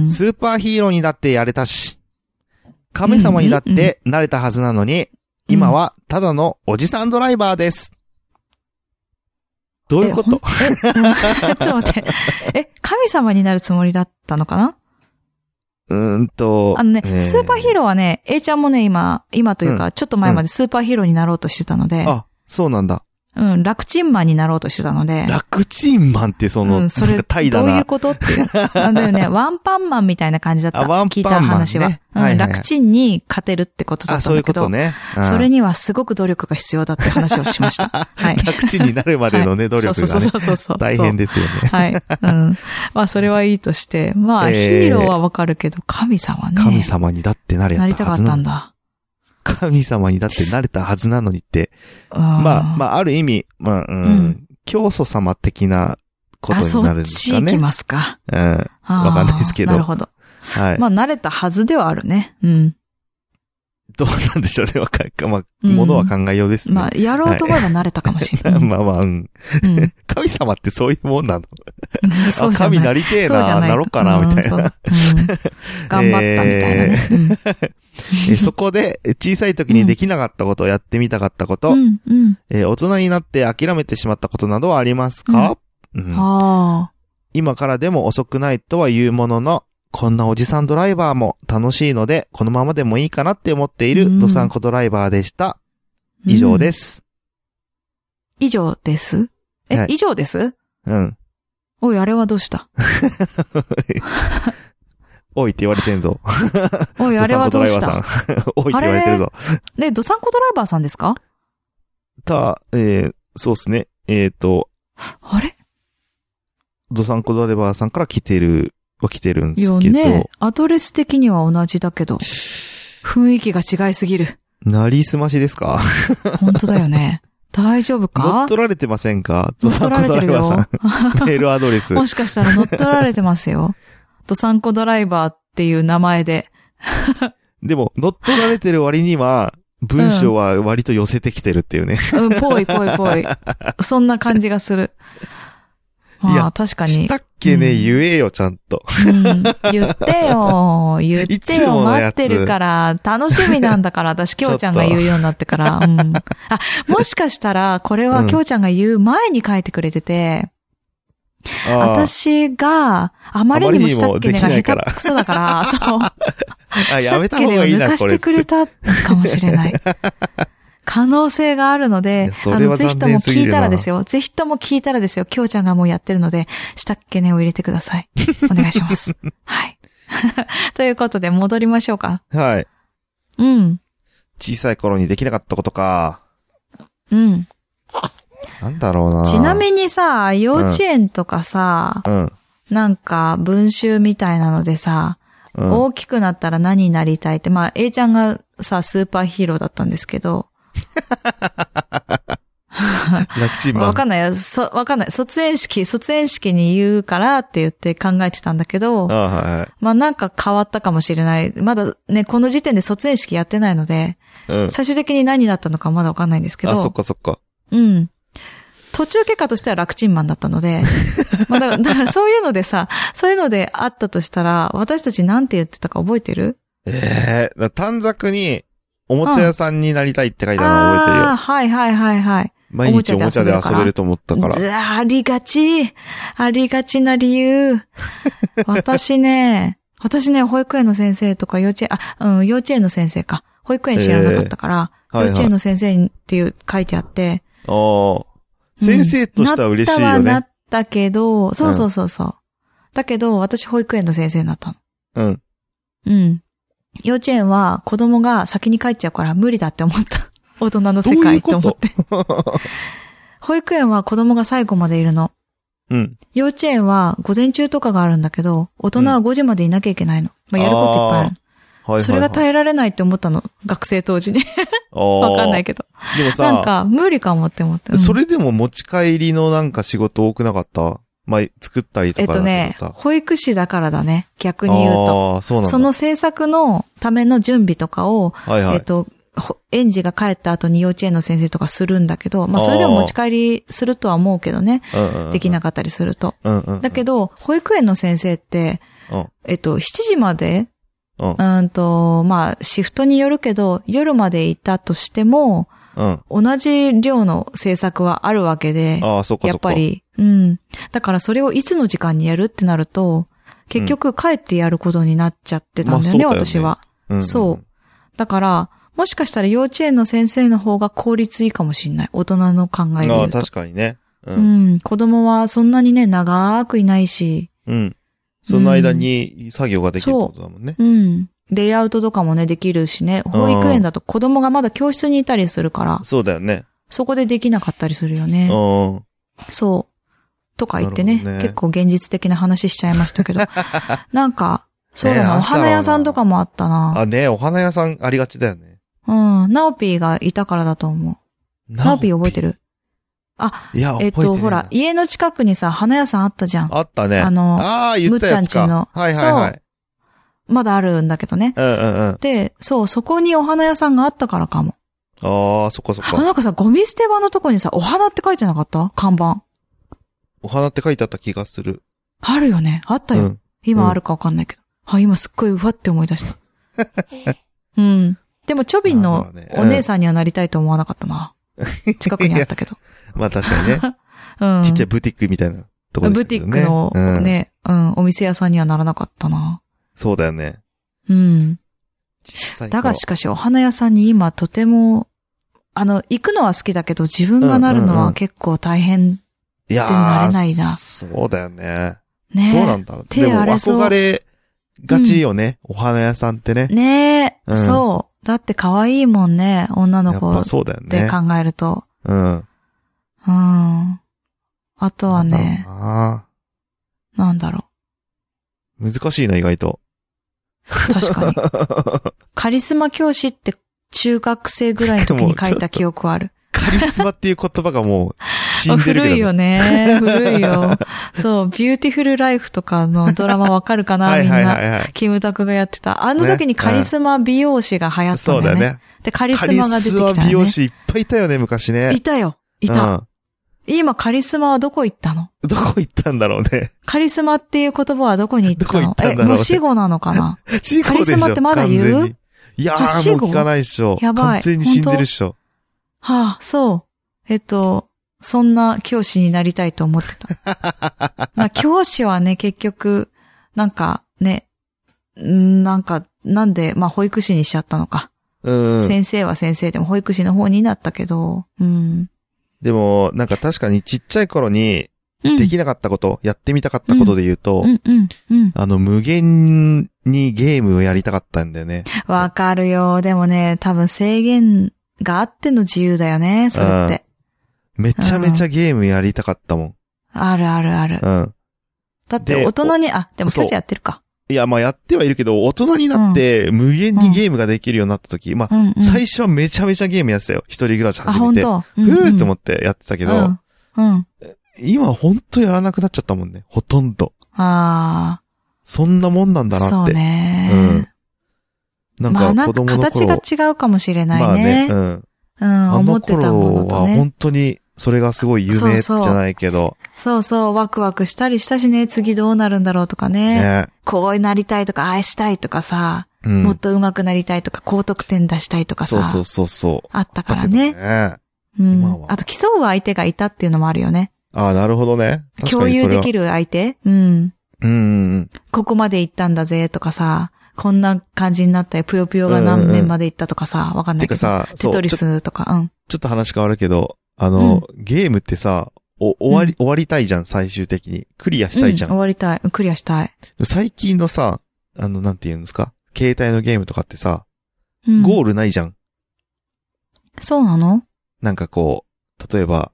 [SPEAKER 2] ん。
[SPEAKER 1] スーパーヒーローにだってやれたし、神様にだってなれたはずなのに、今はただのおじさんドライバーです。どういうこと
[SPEAKER 2] え、ほんえちょっと待って。え、神様になるつもりだったのかな
[SPEAKER 1] うーんと。
[SPEAKER 2] あのね、
[SPEAKER 1] えー
[SPEAKER 2] スーパーヒーローはね、A ちゃんもね、今、今というか、ちょっと前までスーパーヒーローになろうとしてたので、
[SPEAKER 1] あ、そうなんだ。
[SPEAKER 2] うん、楽チンマンになろうとしてたので、
[SPEAKER 1] 楽チンマンってその、
[SPEAKER 2] うん、それ、
[SPEAKER 1] なんか
[SPEAKER 2] ど
[SPEAKER 1] (laughs)
[SPEAKER 2] う
[SPEAKER 1] 怠惰
[SPEAKER 2] いう
[SPEAKER 1] な。
[SPEAKER 2] ことっていう。なんだ
[SPEAKER 1] (laughs)
[SPEAKER 2] よね、ワンパンマンみたいな感じだった。
[SPEAKER 1] あワンパンマンね
[SPEAKER 2] 聞いた話は。
[SPEAKER 1] はいはいは
[SPEAKER 2] う
[SPEAKER 1] い
[SPEAKER 2] ん、楽チンに勝てるってことだ
[SPEAKER 1] あ、
[SPEAKER 2] ったん
[SPEAKER 1] そうい
[SPEAKER 2] だ
[SPEAKER 1] う
[SPEAKER 2] け
[SPEAKER 1] こ
[SPEAKER 2] ど、
[SPEAKER 1] とね。うん
[SPEAKER 2] そ
[SPEAKER 1] (laughs)
[SPEAKER 2] れにはすごく努力が必要だって話をしました。はい。 (laughs)
[SPEAKER 1] 楽チンになるまでのね、努力
[SPEAKER 2] そう
[SPEAKER 1] が
[SPEAKER 2] そう
[SPEAKER 1] ね、
[SPEAKER 2] そうそうそう。
[SPEAKER 1] 大変ですよね。
[SPEAKER 2] はい。うん。まあ、それはいいとして。まあ、
[SPEAKER 1] え
[SPEAKER 2] ヒ
[SPEAKER 1] ー
[SPEAKER 2] ーローはわかるけど、神様ね。
[SPEAKER 1] 神様にだってなれた
[SPEAKER 2] な
[SPEAKER 1] は
[SPEAKER 2] り
[SPEAKER 1] ず
[SPEAKER 2] た
[SPEAKER 1] な
[SPEAKER 2] か
[SPEAKER 1] の
[SPEAKER 2] ったんだ。
[SPEAKER 1] 神様にだってなれたはずなのにって、ま
[SPEAKER 2] ま
[SPEAKER 1] あ、まあ、ある意味、まあ、うん、
[SPEAKER 2] うん
[SPEAKER 1] 教祖様的なことになるんです
[SPEAKER 2] あ、そ
[SPEAKER 1] か
[SPEAKER 2] っち行
[SPEAKER 1] ね。
[SPEAKER 2] き
[SPEAKER 1] うん。
[SPEAKER 2] ますか。
[SPEAKER 1] は
[SPEAKER 2] あー
[SPEAKER 1] わかんないですけど
[SPEAKER 2] なるほど。
[SPEAKER 1] い。
[SPEAKER 2] まあ、慣れたはずではあるね。うん。
[SPEAKER 1] どうなんでしょうね。わかんまあ、
[SPEAKER 2] うん
[SPEAKER 1] ものは考えようですね。
[SPEAKER 2] まあ、やろうと思えば慣れたかもしれな
[SPEAKER 1] (laughs)
[SPEAKER 2] い。
[SPEAKER 1] まあまあ、うん。
[SPEAKER 2] うん
[SPEAKER 1] 神様ってそういうもんなの。
[SPEAKER 2] そ
[SPEAKER 1] (laughs) あ
[SPEAKER 2] うじゃ
[SPEAKER 1] 神ないりてえ
[SPEAKER 2] そうじゃ
[SPEAKER 1] な、
[SPEAKER 2] い
[SPEAKER 1] なろうかな、
[SPEAKER 2] うん
[SPEAKER 1] みたい
[SPEAKER 2] そう
[SPEAKER 1] な。
[SPEAKER 2] だうん頑張ったみたい
[SPEAKER 1] (laughs)
[SPEAKER 2] なね。
[SPEAKER 1] えそこで、小さい時にできなかったこと、やってみたかったこと、
[SPEAKER 2] うん。うんうん。
[SPEAKER 1] えー大人になって諦めてしまったことなどはありますか、うん
[SPEAKER 2] あ
[SPEAKER 1] 今からでも遅くないとは言うものの、こんなおじさんドライバーも楽しいので、このままでもいいかなって思っていうる
[SPEAKER 2] ん
[SPEAKER 1] ドサンコドライバーでした。
[SPEAKER 2] あ。。
[SPEAKER 1] 以上ですす。
[SPEAKER 2] 以上です。
[SPEAKER 1] は
[SPEAKER 2] え
[SPEAKER 1] い、
[SPEAKER 2] 以上です (laughs)
[SPEAKER 1] うん。
[SPEAKER 2] おい、あれはど
[SPEAKER 1] (laughs)
[SPEAKER 2] うした
[SPEAKER 1] おいって言われてんぞ。
[SPEAKER 2] おい、
[SPEAKER 1] ド
[SPEAKER 2] あれ
[SPEAKER 1] サン
[SPEAKER 2] は
[SPEAKER 1] コド
[SPEAKER 2] どう
[SPEAKER 1] ライバー
[SPEAKER 2] し
[SPEAKER 1] さん (laughs)
[SPEAKER 2] た。
[SPEAKER 1] おいって言われてるぞ。
[SPEAKER 2] ね、ドサンコドライバーさんですか
[SPEAKER 1] た、えー、そうですね。えっ、と、
[SPEAKER 2] あれ
[SPEAKER 1] ドサンコドライバーさんから来てる、は来てるんです
[SPEAKER 2] よ
[SPEAKER 1] けど、
[SPEAKER 2] ね。アドレス的には同じだけど、雰囲気が違いすぎる。
[SPEAKER 1] なりすましですか
[SPEAKER 2] 本当だ
[SPEAKER 1] (laughs)
[SPEAKER 2] よね。大丈夫
[SPEAKER 1] 乗っ
[SPEAKER 2] か
[SPEAKER 1] 取られてませんかド
[SPEAKER 2] 乗っ
[SPEAKER 1] サ
[SPEAKER 2] 取
[SPEAKER 1] ン
[SPEAKER 2] ら
[SPEAKER 1] コド
[SPEAKER 2] れて
[SPEAKER 1] ライ
[SPEAKER 2] る
[SPEAKER 1] バーさ
[SPEAKER 2] よ。
[SPEAKER 1] ん。 (laughs) メールアドレス。
[SPEAKER 2] もしかしたら乗っ取られてま
[SPEAKER 1] (laughs)
[SPEAKER 2] すよ。ドサンコドライバーっていう名前で。
[SPEAKER 1] でも、乗っ取られてる割には、文章は割と寄せてきてるっていうね。
[SPEAKER 2] うん、ぽいぽいぽい。そんな感じがする。
[SPEAKER 1] い
[SPEAKER 2] ま
[SPEAKER 1] や
[SPEAKER 2] あ、確か
[SPEAKER 1] し
[SPEAKER 2] に。
[SPEAKER 1] たっけね、
[SPEAKER 2] うん
[SPEAKER 1] 言えよ、ちゃんと。
[SPEAKER 2] うん、言ってよ。言っ
[SPEAKER 1] (laughs) い
[SPEAKER 2] て
[SPEAKER 1] つも
[SPEAKER 2] よ。
[SPEAKER 1] の
[SPEAKER 2] 待
[SPEAKER 1] や
[SPEAKER 2] っ
[SPEAKER 1] つ
[SPEAKER 2] てるから。楽しみなんだから、
[SPEAKER 1] (laughs)
[SPEAKER 2] 私、きょうちゃんが
[SPEAKER 1] ちょっと
[SPEAKER 2] 言うようになってから。うん、あ、もしかしたら、これ
[SPEAKER 1] う
[SPEAKER 2] は
[SPEAKER 1] ん
[SPEAKER 2] きょうちゃんが言う前に書いてくれてて、
[SPEAKER 1] あー
[SPEAKER 2] 私があまりにもしたっけね
[SPEAKER 1] あま
[SPEAKER 2] が
[SPEAKER 1] りにもできないか
[SPEAKER 2] 下
[SPEAKER 1] ら
[SPEAKER 2] 手くそだから、そう。
[SPEAKER 1] あ、やめた方がいいな、こ
[SPEAKER 2] さっきでも抜かし
[SPEAKER 1] れ
[SPEAKER 2] て。くれたかもし
[SPEAKER 1] (laughs)
[SPEAKER 2] れない。可能性があるの
[SPEAKER 1] い
[SPEAKER 2] で
[SPEAKER 1] や、そ
[SPEAKER 2] あ
[SPEAKER 1] れは
[SPEAKER 2] の、ぜひと
[SPEAKER 1] 残念
[SPEAKER 2] も
[SPEAKER 1] すぎ
[SPEAKER 2] 聞い
[SPEAKER 1] るな
[SPEAKER 2] たらですよ。ぜひとも聞いたらですよ。きょうちゃんがもうやってるので、したっけねを入れてください。お願いし
[SPEAKER 1] (laughs)
[SPEAKER 2] ます。はい。 (laughs) ということで、戻りましょうか。
[SPEAKER 1] はい。
[SPEAKER 2] うん。
[SPEAKER 1] 小さい頃にできなかったことか。
[SPEAKER 2] うん。
[SPEAKER 1] なんだろうな。
[SPEAKER 2] ちなみにさ、幼稚園とかさ、
[SPEAKER 1] うん。
[SPEAKER 2] なんか、文集みたいなのでさ、
[SPEAKER 1] うん。
[SPEAKER 2] 大きくなったら何になりたいって、まあ、A ちゃんがさ、スーパーヒーローだったんですけど、
[SPEAKER 1] 楽ちんマ
[SPEAKER 2] わ
[SPEAKER 1] ン。
[SPEAKER 2] かんないよ。そ、わかんない。卒園式、卒園式に言うからって言って考えてたんだけど、
[SPEAKER 1] あはいはい。
[SPEAKER 2] まあなんか変わったかもしれない。まだね、この時点で卒園式やってないので、
[SPEAKER 1] うん。
[SPEAKER 2] 最終的に何だったのかまだわかんないんですけど、
[SPEAKER 1] あ、そっかそっか。
[SPEAKER 2] うん。途中結果としては楽ちんマンだった
[SPEAKER 1] (laughs)
[SPEAKER 2] ので、まあだからだからそういうのでさ、そういうのであったとしたら、私たちなんて言ってたか覚えてる
[SPEAKER 1] ええ短冊に、おもちゃ屋さんになりたいって書いたの覚えてる
[SPEAKER 2] ああー、
[SPEAKER 1] よ。
[SPEAKER 2] はいはいはいはい。
[SPEAKER 1] 毎日おもちゃで遊べると思ったから。
[SPEAKER 2] ずあありがち。ありがちな
[SPEAKER 1] (laughs)
[SPEAKER 2] 理由。私ね、私ね、保育園の先生とか幼稚園、あ、うん、幼稚園の先生か。保育園知らなかったから、
[SPEAKER 1] えーはいはい
[SPEAKER 2] 幼稚園の先生っていう書いてあって。
[SPEAKER 1] お
[SPEAKER 2] うん
[SPEAKER 1] 先生としては嬉しいよ
[SPEAKER 2] なったはな
[SPEAKER 1] ね。
[SPEAKER 2] ったけど、そうそうそうそう。だけど、私保育園の先生になったの。
[SPEAKER 1] うん。
[SPEAKER 2] うん。幼稚園は子供が先に帰っちゃうから無理だって思った。大人の世
[SPEAKER 1] どういう
[SPEAKER 2] 界
[SPEAKER 1] こと
[SPEAKER 2] と思って。保育園は子供が最後までいるの。
[SPEAKER 1] うん。
[SPEAKER 2] 幼稚園は午前中とかがあるんだけど、大人は5時までいなきゃいけないの。まあ、やることいっぱいある。
[SPEAKER 1] はいはいはい。
[SPEAKER 2] それが耐えられないって思ったの。学生当時に。わ
[SPEAKER 1] わ
[SPEAKER 2] かんないけど。
[SPEAKER 1] でも
[SPEAKER 2] なん
[SPEAKER 1] さ、
[SPEAKER 2] か、無理かもって思って。うん
[SPEAKER 1] それでも持ち帰りのなんか仕事多くなかったまあ、作ったりと
[SPEAKER 2] えっ
[SPEAKER 1] かだ
[SPEAKER 2] と
[SPEAKER 1] け
[SPEAKER 2] ね
[SPEAKER 1] ど、さ。
[SPEAKER 2] 保育士だからだね。逆に言うと。
[SPEAKER 1] ああ、そうなんだ。
[SPEAKER 2] その制作のための準備とかを、
[SPEAKER 1] はいはい。
[SPEAKER 2] えっと、ほ園児が帰った後に幼稚園の先生とかするんだけど、まあそれでも持ち帰りするとは思うけどね。できな
[SPEAKER 1] く
[SPEAKER 2] かったりすると。
[SPEAKER 1] うんうんうん。
[SPEAKER 2] だけど、保育園の先生って、
[SPEAKER 1] うん
[SPEAKER 2] えっと、7時まで、
[SPEAKER 1] うん
[SPEAKER 2] うんと、まあ、シフトによるけど、夜までいたとしても、
[SPEAKER 1] うん。あ
[SPEAKER 2] 同じ量の制作はあるわけで、
[SPEAKER 1] あ、そっか
[SPEAKER 2] や
[SPEAKER 1] そ
[SPEAKER 2] っ
[SPEAKER 1] っか。
[SPEAKER 2] ぱ。り、うん。だからそれをいつの時間にやるってなると、結局帰ってやることになっちゃってたんだ
[SPEAKER 1] まあ
[SPEAKER 2] よね、
[SPEAKER 1] そうだよね
[SPEAKER 2] 私は。
[SPEAKER 1] うん。
[SPEAKER 2] そう。だから、もしかしたら幼稚園の先生の方が効率いいかもしれない。大人の考えで
[SPEAKER 1] あ
[SPEAKER 2] 言
[SPEAKER 1] あ、
[SPEAKER 2] うと。
[SPEAKER 1] 確かにね。う。
[SPEAKER 2] うんん。子供はそんなにね、長くいないし、
[SPEAKER 1] うん。その間に作業ができるってことだもんね。
[SPEAKER 2] うん。レイアウトとかもね、できるしね。保育園だと子供がまだ教室にいたりするから、
[SPEAKER 1] そうだよね。
[SPEAKER 2] そこでできなかったりするよ
[SPEAKER 1] う
[SPEAKER 2] ね。
[SPEAKER 1] ん。
[SPEAKER 2] そう。とか言ってね
[SPEAKER 1] なるほどね
[SPEAKER 2] 結構現実的な話しちゃいました
[SPEAKER 1] (laughs)
[SPEAKER 2] けど。なんか、そうだ
[SPEAKER 1] ねえ
[SPEAKER 2] な、
[SPEAKER 1] あ
[SPEAKER 2] お
[SPEAKER 1] ったろうな
[SPEAKER 2] 花屋さんとかもあったな。
[SPEAKER 1] あ、ねお花屋さんありがちだよね。
[SPEAKER 2] うん。ナオピーがいたからだと思う。ナオピー覚えてる
[SPEAKER 1] いや、覚
[SPEAKER 2] え
[SPEAKER 1] え
[SPEAKER 2] って
[SPEAKER 1] ねえ
[SPEAKER 2] と、
[SPEAKER 1] な
[SPEAKER 2] ほら、。家の近くにさ、花屋さんあったじゃん。
[SPEAKER 1] あったね。
[SPEAKER 2] あの
[SPEAKER 1] ああ、言ってたやつ
[SPEAKER 2] むっちゃんちの
[SPEAKER 1] か。はいはいはい。
[SPEAKER 2] まだあるんだけどね。
[SPEAKER 1] うんうんうん。
[SPEAKER 2] で、そう、そこにお花屋さんがあったからかも。
[SPEAKER 1] ああ、そっかそっ
[SPEAKER 2] あ
[SPEAKER 1] か。
[SPEAKER 2] なんかさ、ゴミ捨て場のとこにさ、お花って書いてなかった看板。
[SPEAKER 1] お花って書いてあった気がする。
[SPEAKER 2] あるよね。あった
[SPEAKER 1] う
[SPEAKER 2] よ。
[SPEAKER 1] ん。う
[SPEAKER 2] 今
[SPEAKER 1] ん
[SPEAKER 2] あるかわかんないけど。あ、今すっごいふわって思い出
[SPEAKER 1] (laughs)
[SPEAKER 2] した。うん。でも、チョビン
[SPEAKER 1] な
[SPEAKER 2] の
[SPEAKER 1] んだろうねうん
[SPEAKER 2] お姉さんにはなりたいと思わなかったな。近くにあった
[SPEAKER 1] (laughs)
[SPEAKER 2] けど。
[SPEAKER 1] まあ確かにね。
[SPEAKER 2] (laughs) うん。
[SPEAKER 1] ちっちゃいブティックみたいなとこ
[SPEAKER 2] ブ
[SPEAKER 1] でした
[SPEAKER 2] テ
[SPEAKER 1] け
[SPEAKER 2] ィ
[SPEAKER 1] ど
[SPEAKER 2] ック
[SPEAKER 1] ね。
[SPEAKER 2] の
[SPEAKER 1] うん。
[SPEAKER 2] ね、うん、お店屋さんにはならなかったな。
[SPEAKER 1] そうだよね。
[SPEAKER 2] うん。
[SPEAKER 1] 実際
[SPEAKER 2] だがしかしお花屋さんに今とても、あの、行くのは好きだけど自分がなるの
[SPEAKER 1] うんうんうん
[SPEAKER 2] は結構大変。
[SPEAKER 1] いやー
[SPEAKER 2] ってなれないな
[SPEAKER 1] そうだよね。
[SPEAKER 2] ね
[SPEAKER 1] どうなんだろう。
[SPEAKER 2] 手
[SPEAKER 1] でも
[SPEAKER 2] 荒れそう
[SPEAKER 1] 憧れがちよね。お花屋さんってね。
[SPEAKER 2] ねえ、
[SPEAKER 1] うん
[SPEAKER 2] そう。だって可愛いもんね、女
[SPEAKER 1] や
[SPEAKER 2] の
[SPEAKER 1] っ
[SPEAKER 2] 子
[SPEAKER 1] ぱ
[SPEAKER 2] っ
[SPEAKER 1] そうだよね
[SPEAKER 2] て。考えると。
[SPEAKER 1] うん。
[SPEAKER 2] うん。あとはね、
[SPEAKER 1] ああ。
[SPEAKER 2] なんだろ
[SPEAKER 1] 難しいな、意外
[SPEAKER 2] (laughs)
[SPEAKER 1] と。
[SPEAKER 2] う。
[SPEAKER 1] (laughs)
[SPEAKER 2] 確かに。カリスマ教師って中学生ぐらいの時に書いた記憶はある。
[SPEAKER 1] カリスマっていう言葉がもう死んでるけど、ね。
[SPEAKER 2] (laughs) 古いよね。古いよ。そう、ビューティフルライフとかのドラマわかるかな、
[SPEAKER 1] はい
[SPEAKER 2] みん
[SPEAKER 1] はい
[SPEAKER 2] な
[SPEAKER 1] は。いはい。
[SPEAKER 2] キムタクがやってた。あの時にカリスマ美容師が流行った
[SPEAKER 1] そ
[SPEAKER 2] ん
[SPEAKER 1] う
[SPEAKER 2] だ
[SPEAKER 1] だ
[SPEAKER 2] よ
[SPEAKER 1] よ
[SPEAKER 2] ね。
[SPEAKER 1] ね。
[SPEAKER 2] で、カリ
[SPEAKER 1] カ
[SPEAKER 2] ス
[SPEAKER 1] リ
[SPEAKER 2] マが出て
[SPEAKER 1] ス
[SPEAKER 2] きた
[SPEAKER 1] マ
[SPEAKER 2] よ、ね。
[SPEAKER 1] 美容師いっぱいいたよね、昔ね。
[SPEAKER 2] いたよ。いた。今、カリスマはどこ行ったの
[SPEAKER 1] うん。どこ行ったんだろうね。
[SPEAKER 2] カリスマっていう言葉はどこに行った
[SPEAKER 1] どこ行
[SPEAKER 2] の
[SPEAKER 1] ったんだろう
[SPEAKER 2] え、
[SPEAKER 1] ね
[SPEAKER 2] もう死後なのかな
[SPEAKER 1] 死後でしょ。
[SPEAKER 2] (laughs) カリスマってまだ言う
[SPEAKER 1] 完全にいや
[SPEAKER 2] あ
[SPEAKER 1] ー、
[SPEAKER 2] 死
[SPEAKER 1] もう
[SPEAKER 2] 後
[SPEAKER 1] 聞かないでしょ。
[SPEAKER 2] やばい
[SPEAKER 1] 完全に死んでるっしょ。
[SPEAKER 2] はあ、そう。えっと、そんな教師になりたいと思ってた。
[SPEAKER 1] (laughs)
[SPEAKER 2] まあ、教師はね、結局、なんかね、んなんか、なんで、まあ、保育士にしちゃったのか。
[SPEAKER 1] うん。
[SPEAKER 2] 先生は先生でも保育士の方になったけど、うん。
[SPEAKER 1] でも、なんか確かにちっちゃい頃に
[SPEAKER 2] うん
[SPEAKER 1] できなかったこと、やってみたかったことで言うと、
[SPEAKER 2] うんうんうん。
[SPEAKER 1] あの、無限にゲームをやりたかったんだよね。
[SPEAKER 2] わかるよ。でもね、多分制限があっての自由だよね、それって。
[SPEAKER 1] めちゃめちゃゲームやりたかったもん。
[SPEAKER 2] あるあるある
[SPEAKER 1] う。ん。
[SPEAKER 2] だって
[SPEAKER 1] で
[SPEAKER 2] 大人に、あ、でも
[SPEAKER 1] そう
[SPEAKER 2] 巨人やってるか。
[SPEAKER 1] いや、まあやってはいるけど、大人になって無限にゲームができるようになった時、まあ、
[SPEAKER 2] うん、うん。
[SPEAKER 1] 最初はめちゃめちゃゲームやってたよ。一人暮らし
[SPEAKER 2] あ、
[SPEAKER 1] 始め
[SPEAKER 2] 本
[SPEAKER 1] て。
[SPEAKER 2] 当。
[SPEAKER 1] ふーって思
[SPEAKER 2] っ
[SPEAKER 1] ってやってたけ
[SPEAKER 2] た
[SPEAKER 1] ど、
[SPEAKER 2] うん。うん。
[SPEAKER 1] 今ほんとやらなくなっちゃったもんね。ほとんど。
[SPEAKER 2] あ
[SPEAKER 1] そんなもんなん
[SPEAKER 2] あ、
[SPEAKER 1] だな
[SPEAKER 2] そ
[SPEAKER 1] っ
[SPEAKER 2] う
[SPEAKER 1] て。
[SPEAKER 2] ね。
[SPEAKER 1] な
[SPEAKER 2] まあ
[SPEAKER 1] ん
[SPEAKER 2] な
[SPEAKER 1] か子
[SPEAKER 2] んか
[SPEAKER 1] 供の
[SPEAKER 2] 形
[SPEAKER 1] 頃。
[SPEAKER 2] が違うかもしれないね。
[SPEAKER 1] まあね、うん。
[SPEAKER 2] うん、
[SPEAKER 1] あ
[SPEAKER 2] 思
[SPEAKER 1] の
[SPEAKER 2] ってたもの
[SPEAKER 1] 頃
[SPEAKER 2] と
[SPEAKER 1] は
[SPEAKER 2] ね。
[SPEAKER 1] 本当にそれがすごい有名じゃないけど、
[SPEAKER 2] そうそう、ワクワクしたりしたしね、次どうなるんだろうとかね。
[SPEAKER 1] ね。
[SPEAKER 2] こうなりたいとか、愛したいとかさ、
[SPEAKER 1] うん
[SPEAKER 2] もっと上手くなりたいとか、高得点出したいとか
[SPEAKER 1] そうそ
[SPEAKER 2] さ
[SPEAKER 1] う、そうそう。
[SPEAKER 2] あったから
[SPEAKER 1] だけ
[SPEAKER 2] ね。
[SPEAKER 1] どね
[SPEAKER 2] う
[SPEAKER 1] 今
[SPEAKER 2] ん。
[SPEAKER 1] は
[SPEAKER 2] あと、競う相手がいたっていうのもあるよね。
[SPEAKER 1] ああ、なるほどね。確
[SPEAKER 2] 共
[SPEAKER 1] かに
[SPEAKER 2] 有
[SPEAKER 1] それ
[SPEAKER 2] で
[SPEAKER 1] は
[SPEAKER 2] きる相手うん。
[SPEAKER 1] うんうんうん。
[SPEAKER 2] ここまで行ったんだぜとかさ、こんな感じになったよ。ぷよぷよが何面まで行ったとかさ、わかんな
[SPEAKER 1] て
[SPEAKER 2] いけ
[SPEAKER 1] かさ、
[SPEAKER 2] ど。
[SPEAKER 1] そ
[SPEAKER 2] テ
[SPEAKER 1] う
[SPEAKER 2] トリ
[SPEAKER 1] ちょ
[SPEAKER 2] スとか、うん。
[SPEAKER 1] ちょっと話変わるけど、あの、ゲームってさ、お、終わり、終わりたいじゃん、最終的に。クリアしたいじゃ
[SPEAKER 2] うん終わりたい。うんクリアしたい。
[SPEAKER 1] ん、最近のさ、あの、なんて言うんですか携帯のゲームとかってさ、
[SPEAKER 2] うん、
[SPEAKER 1] ゴールないじゃん。
[SPEAKER 2] そうなの
[SPEAKER 1] なんかこう、例えば、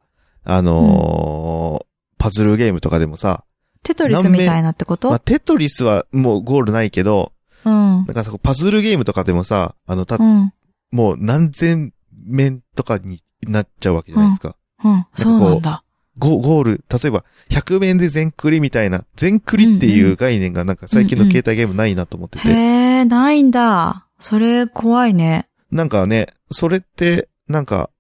[SPEAKER 1] あのーパズルゲームとかでもさ、
[SPEAKER 2] テトリスみたいなってこと、
[SPEAKER 1] まあ、テトリスはもうゴールないけど、
[SPEAKER 2] うん。
[SPEAKER 1] なんかさパズルゲームとかでもさ、あの、た、
[SPEAKER 2] うん。
[SPEAKER 1] もう何千面とかになっちゃうわけじゃないですか。
[SPEAKER 2] うん、そうなんだ。
[SPEAKER 1] ゴゴール、例えば、100面で全クリみたいな、全クリっていう概念がなんか最近の携帯ゲームないなと思ってて、
[SPEAKER 2] へえ、ないんだ。それ怖いね。
[SPEAKER 1] なんかね、それって、なんか、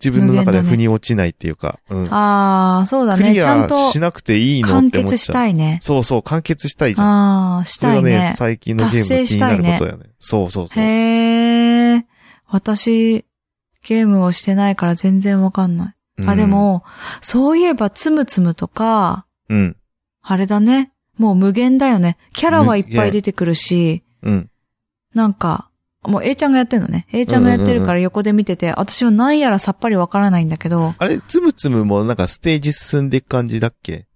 [SPEAKER 1] 自分の中では腑に落ちないっていうか、うん。
[SPEAKER 2] ああ、そうだ
[SPEAKER 1] ク
[SPEAKER 2] ね。
[SPEAKER 1] リ
[SPEAKER 2] ちゃん
[SPEAKER 1] ア
[SPEAKER 2] と
[SPEAKER 1] しなくていいの
[SPEAKER 2] 完
[SPEAKER 1] って思っ
[SPEAKER 2] 結
[SPEAKER 1] ち
[SPEAKER 2] し
[SPEAKER 1] ゃう。
[SPEAKER 2] たいね。
[SPEAKER 1] そうそう、完結したいじゃん。
[SPEAKER 2] ああ、したい
[SPEAKER 1] それがね
[SPEAKER 2] ね、。
[SPEAKER 1] 最近のゲームの気になることだよね。そうそうそう。
[SPEAKER 2] へえ、私、ゲームをしてないから全然わかんない。
[SPEAKER 1] うん
[SPEAKER 2] あ、で、も、そういえば、つむつむとか、
[SPEAKER 1] うん、
[SPEAKER 2] あれだね。もう無限だよね。キャラはいっぱい出てくるし、
[SPEAKER 1] うん。
[SPEAKER 2] なんか、もう A ちゃんがやってるのね。A ちゃんがやってるから横で見てて、私は何やらさっぱりわからないんだけど、
[SPEAKER 1] あれ、つむつむもなんかステージ進んでいく感じだっけ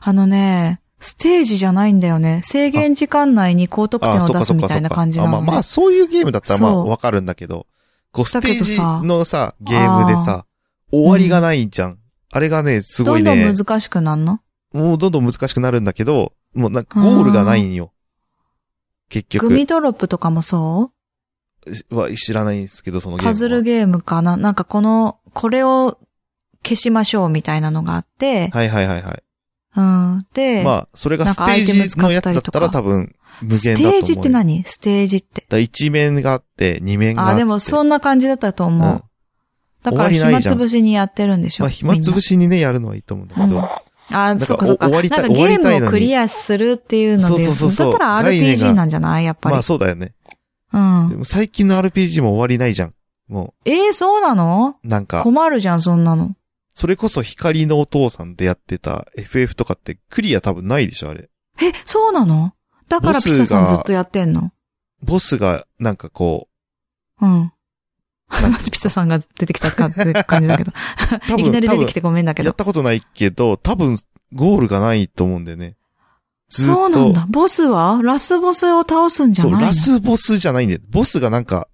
[SPEAKER 2] あのね、ステージじゃないんだよね。制限時間内に高得
[SPEAKER 1] あ
[SPEAKER 2] 点を
[SPEAKER 1] そっ
[SPEAKER 2] 出
[SPEAKER 1] か
[SPEAKER 2] す
[SPEAKER 1] そっ
[SPEAKER 2] み
[SPEAKER 1] かそ
[SPEAKER 2] たい
[SPEAKER 1] っ
[SPEAKER 2] な
[SPEAKER 1] か。あ
[SPEAKER 2] 感じな
[SPEAKER 1] まあ
[SPEAKER 2] の
[SPEAKER 1] まあ、
[SPEAKER 2] ね。
[SPEAKER 1] そういうゲームだったらまあ
[SPEAKER 2] そう
[SPEAKER 1] わかるんだけど、こうス
[SPEAKER 2] だけ
[SPEAKER 1] テ
[SPEAKER 2] ど
[SPEAKER 1] ー
[SPEAKER 2] さ
[SPEAKER 1] ジのさ、ゲームでさ、終わりがないじゃん。あれがね、す
[SPEAKER 2] ど
[SPEAKER 1] ご
[SPEAKER 2] ん
[SPEAKER 1] い
[SPEAKER 2] ど
[SPEAKER 1] ね
[SPEAKER 2] ん、難しくなんの
[SPEAKER 1] もうどんどん難しくなるんだけど、もうなんかゴールがないんよ。結
[SPEAKER 2] グ
[SPEAKER 1] 局
[SPEAKER 2] ミドロップとかもそう
[SPEAKER 1] は知らないんですけど、そのゲームは。
[SPEAKER 2] パズルゲームかななんかこの、これを消しましょうみたいなのがあって、
[SPEAKER 1] はいはいはいはい。
[SPEAKER 2] うん。で、
[SPEAKER 1] まあ、それが
[SPEAKER 2] なん
[SPEAKER 1] ス
[SPEAKER 2] か
[SPEAKER 1] テ
[SPEAKER 2] アイテム
[SPEAKER 1] ージ
[SPEAKER 2] 使
[SPEAKER 1] の
[SPEAKER 2] っ
[SPEAKER 1] やつ
[SPEAKER 2] た
[SPEAKER 1] だっ
[SPEAKER 2] りと
[SPEAKER 1] た
[SPEAKER 2] から
[SPEAKER 1] 多分無限
[SPEAKER 2] ス
[SPEAKER 1] だ
[SPEAKER 2] テ
[SPEAKER 1] と思うよ。
[SPEAKER 2] ージって何ステージって。
[SPEAKER 1] だ1面があって、2面があっ
[SPEAKER 2] あ、
[SPEAKER 1] て。
[SPEAKER 2] でもそんな感じだったと思
[SPEAKER 1] うん
[SPEAKER 2] う。
[SPEAKER 1] ま
[SPEAKER 2] だ
[SPEAKER 1] 終
[SPEAKER 2] から
[SPEAKER 1] わりな
[SPEAKER 2] 暇
[SPEAKER 1] いじゃん
[SPEAKER 2] つぶしにやってるんでしょ。
[SPEAKER 1] あ、暇つぶ
[SPEAKER 2] し。
[SPEAKER 1] しにね、やるのはいいと思うんだけ
[SPEAKER 2] う
[SPEAKER 1] ど。
[SPEAKER 2] んあ、
[SPEAKER 1] か
[SPEAKER 2] そっかそっか。
[SPEAKER 1] お終
[SPEAKER 2] な
[SPEAKER 1] わりた
[SPEAKER 2] ん
[SPEAKER 1] い
[SPEAKER 2] か
[SPEAKER 1] 終わ
[SPEAKER 2] ゲ
[SPEAKER 1] りたいの
[SPEAKER 2] ーム
[SPEAKER 1] に
[SPEAKER 2] をクリアするっていう
[SPEAKER 1] そ
[SPEAKER 2] の
[SPEAKER 1] う
[SPEAKER 2] で、
[SPEAKER 1] そうそうそう
[SPEAKER 2] だったら
[SPEAKER 1] 概念が
[SPEAKER 2] RPG なんじゃないやっぱり。
[SPEAKER 1] まあそうだよね。
[SPEAKER 2] う
[SPEAKER 1] で
[SPEAKER 2] ん。
[SPEAKER 1] も最近の RPG も終わりないじゃん。も
[SPEAKER 2] えー、そうなの
[SPEAKER 1] う、なんか、
[SPEAKER 2] 困るじゃん、そんなの。
[SPEAKER 1] それこそ光のお父さんでやってた FF とかってクリア多分ないでしょ、あれ。
[SPEAKER 2] え、そうなのだからピサさん
[SPEAKER 1] ボス
[SPEAKER 2] ず
[SPEAKER 1] が
[SPEAKER 2] っとやってんの
[SPEAKER 1] ボスが、なんかこ
[SPEAKER 2] うん。 (laughs)
[SPEAKER 1] なん
[SPEAKER 2] ピサさんが出てきたかって感じだけど。
[SPEAKER 1] う、多
[SPEAKER 2] いきなり出てき
[SPEAKER 1] 多
[SPEAKER 2] てごめんだけ
[SPEAKER 1] 分やっ
[SPEAKER 2] ど。
[SPEAKER 1] たことないけど、多分、ゴールがないと思うんだよね。ずーっと
[SPEAKER 2] そうなんだ。ボスはラスボスを倒すんじゃ
[SPEAKER 1] そう、
[SPEAKER 2] ないの
[SPEAKER 1] ラスボスじゃないんだよ。ボスがなんか、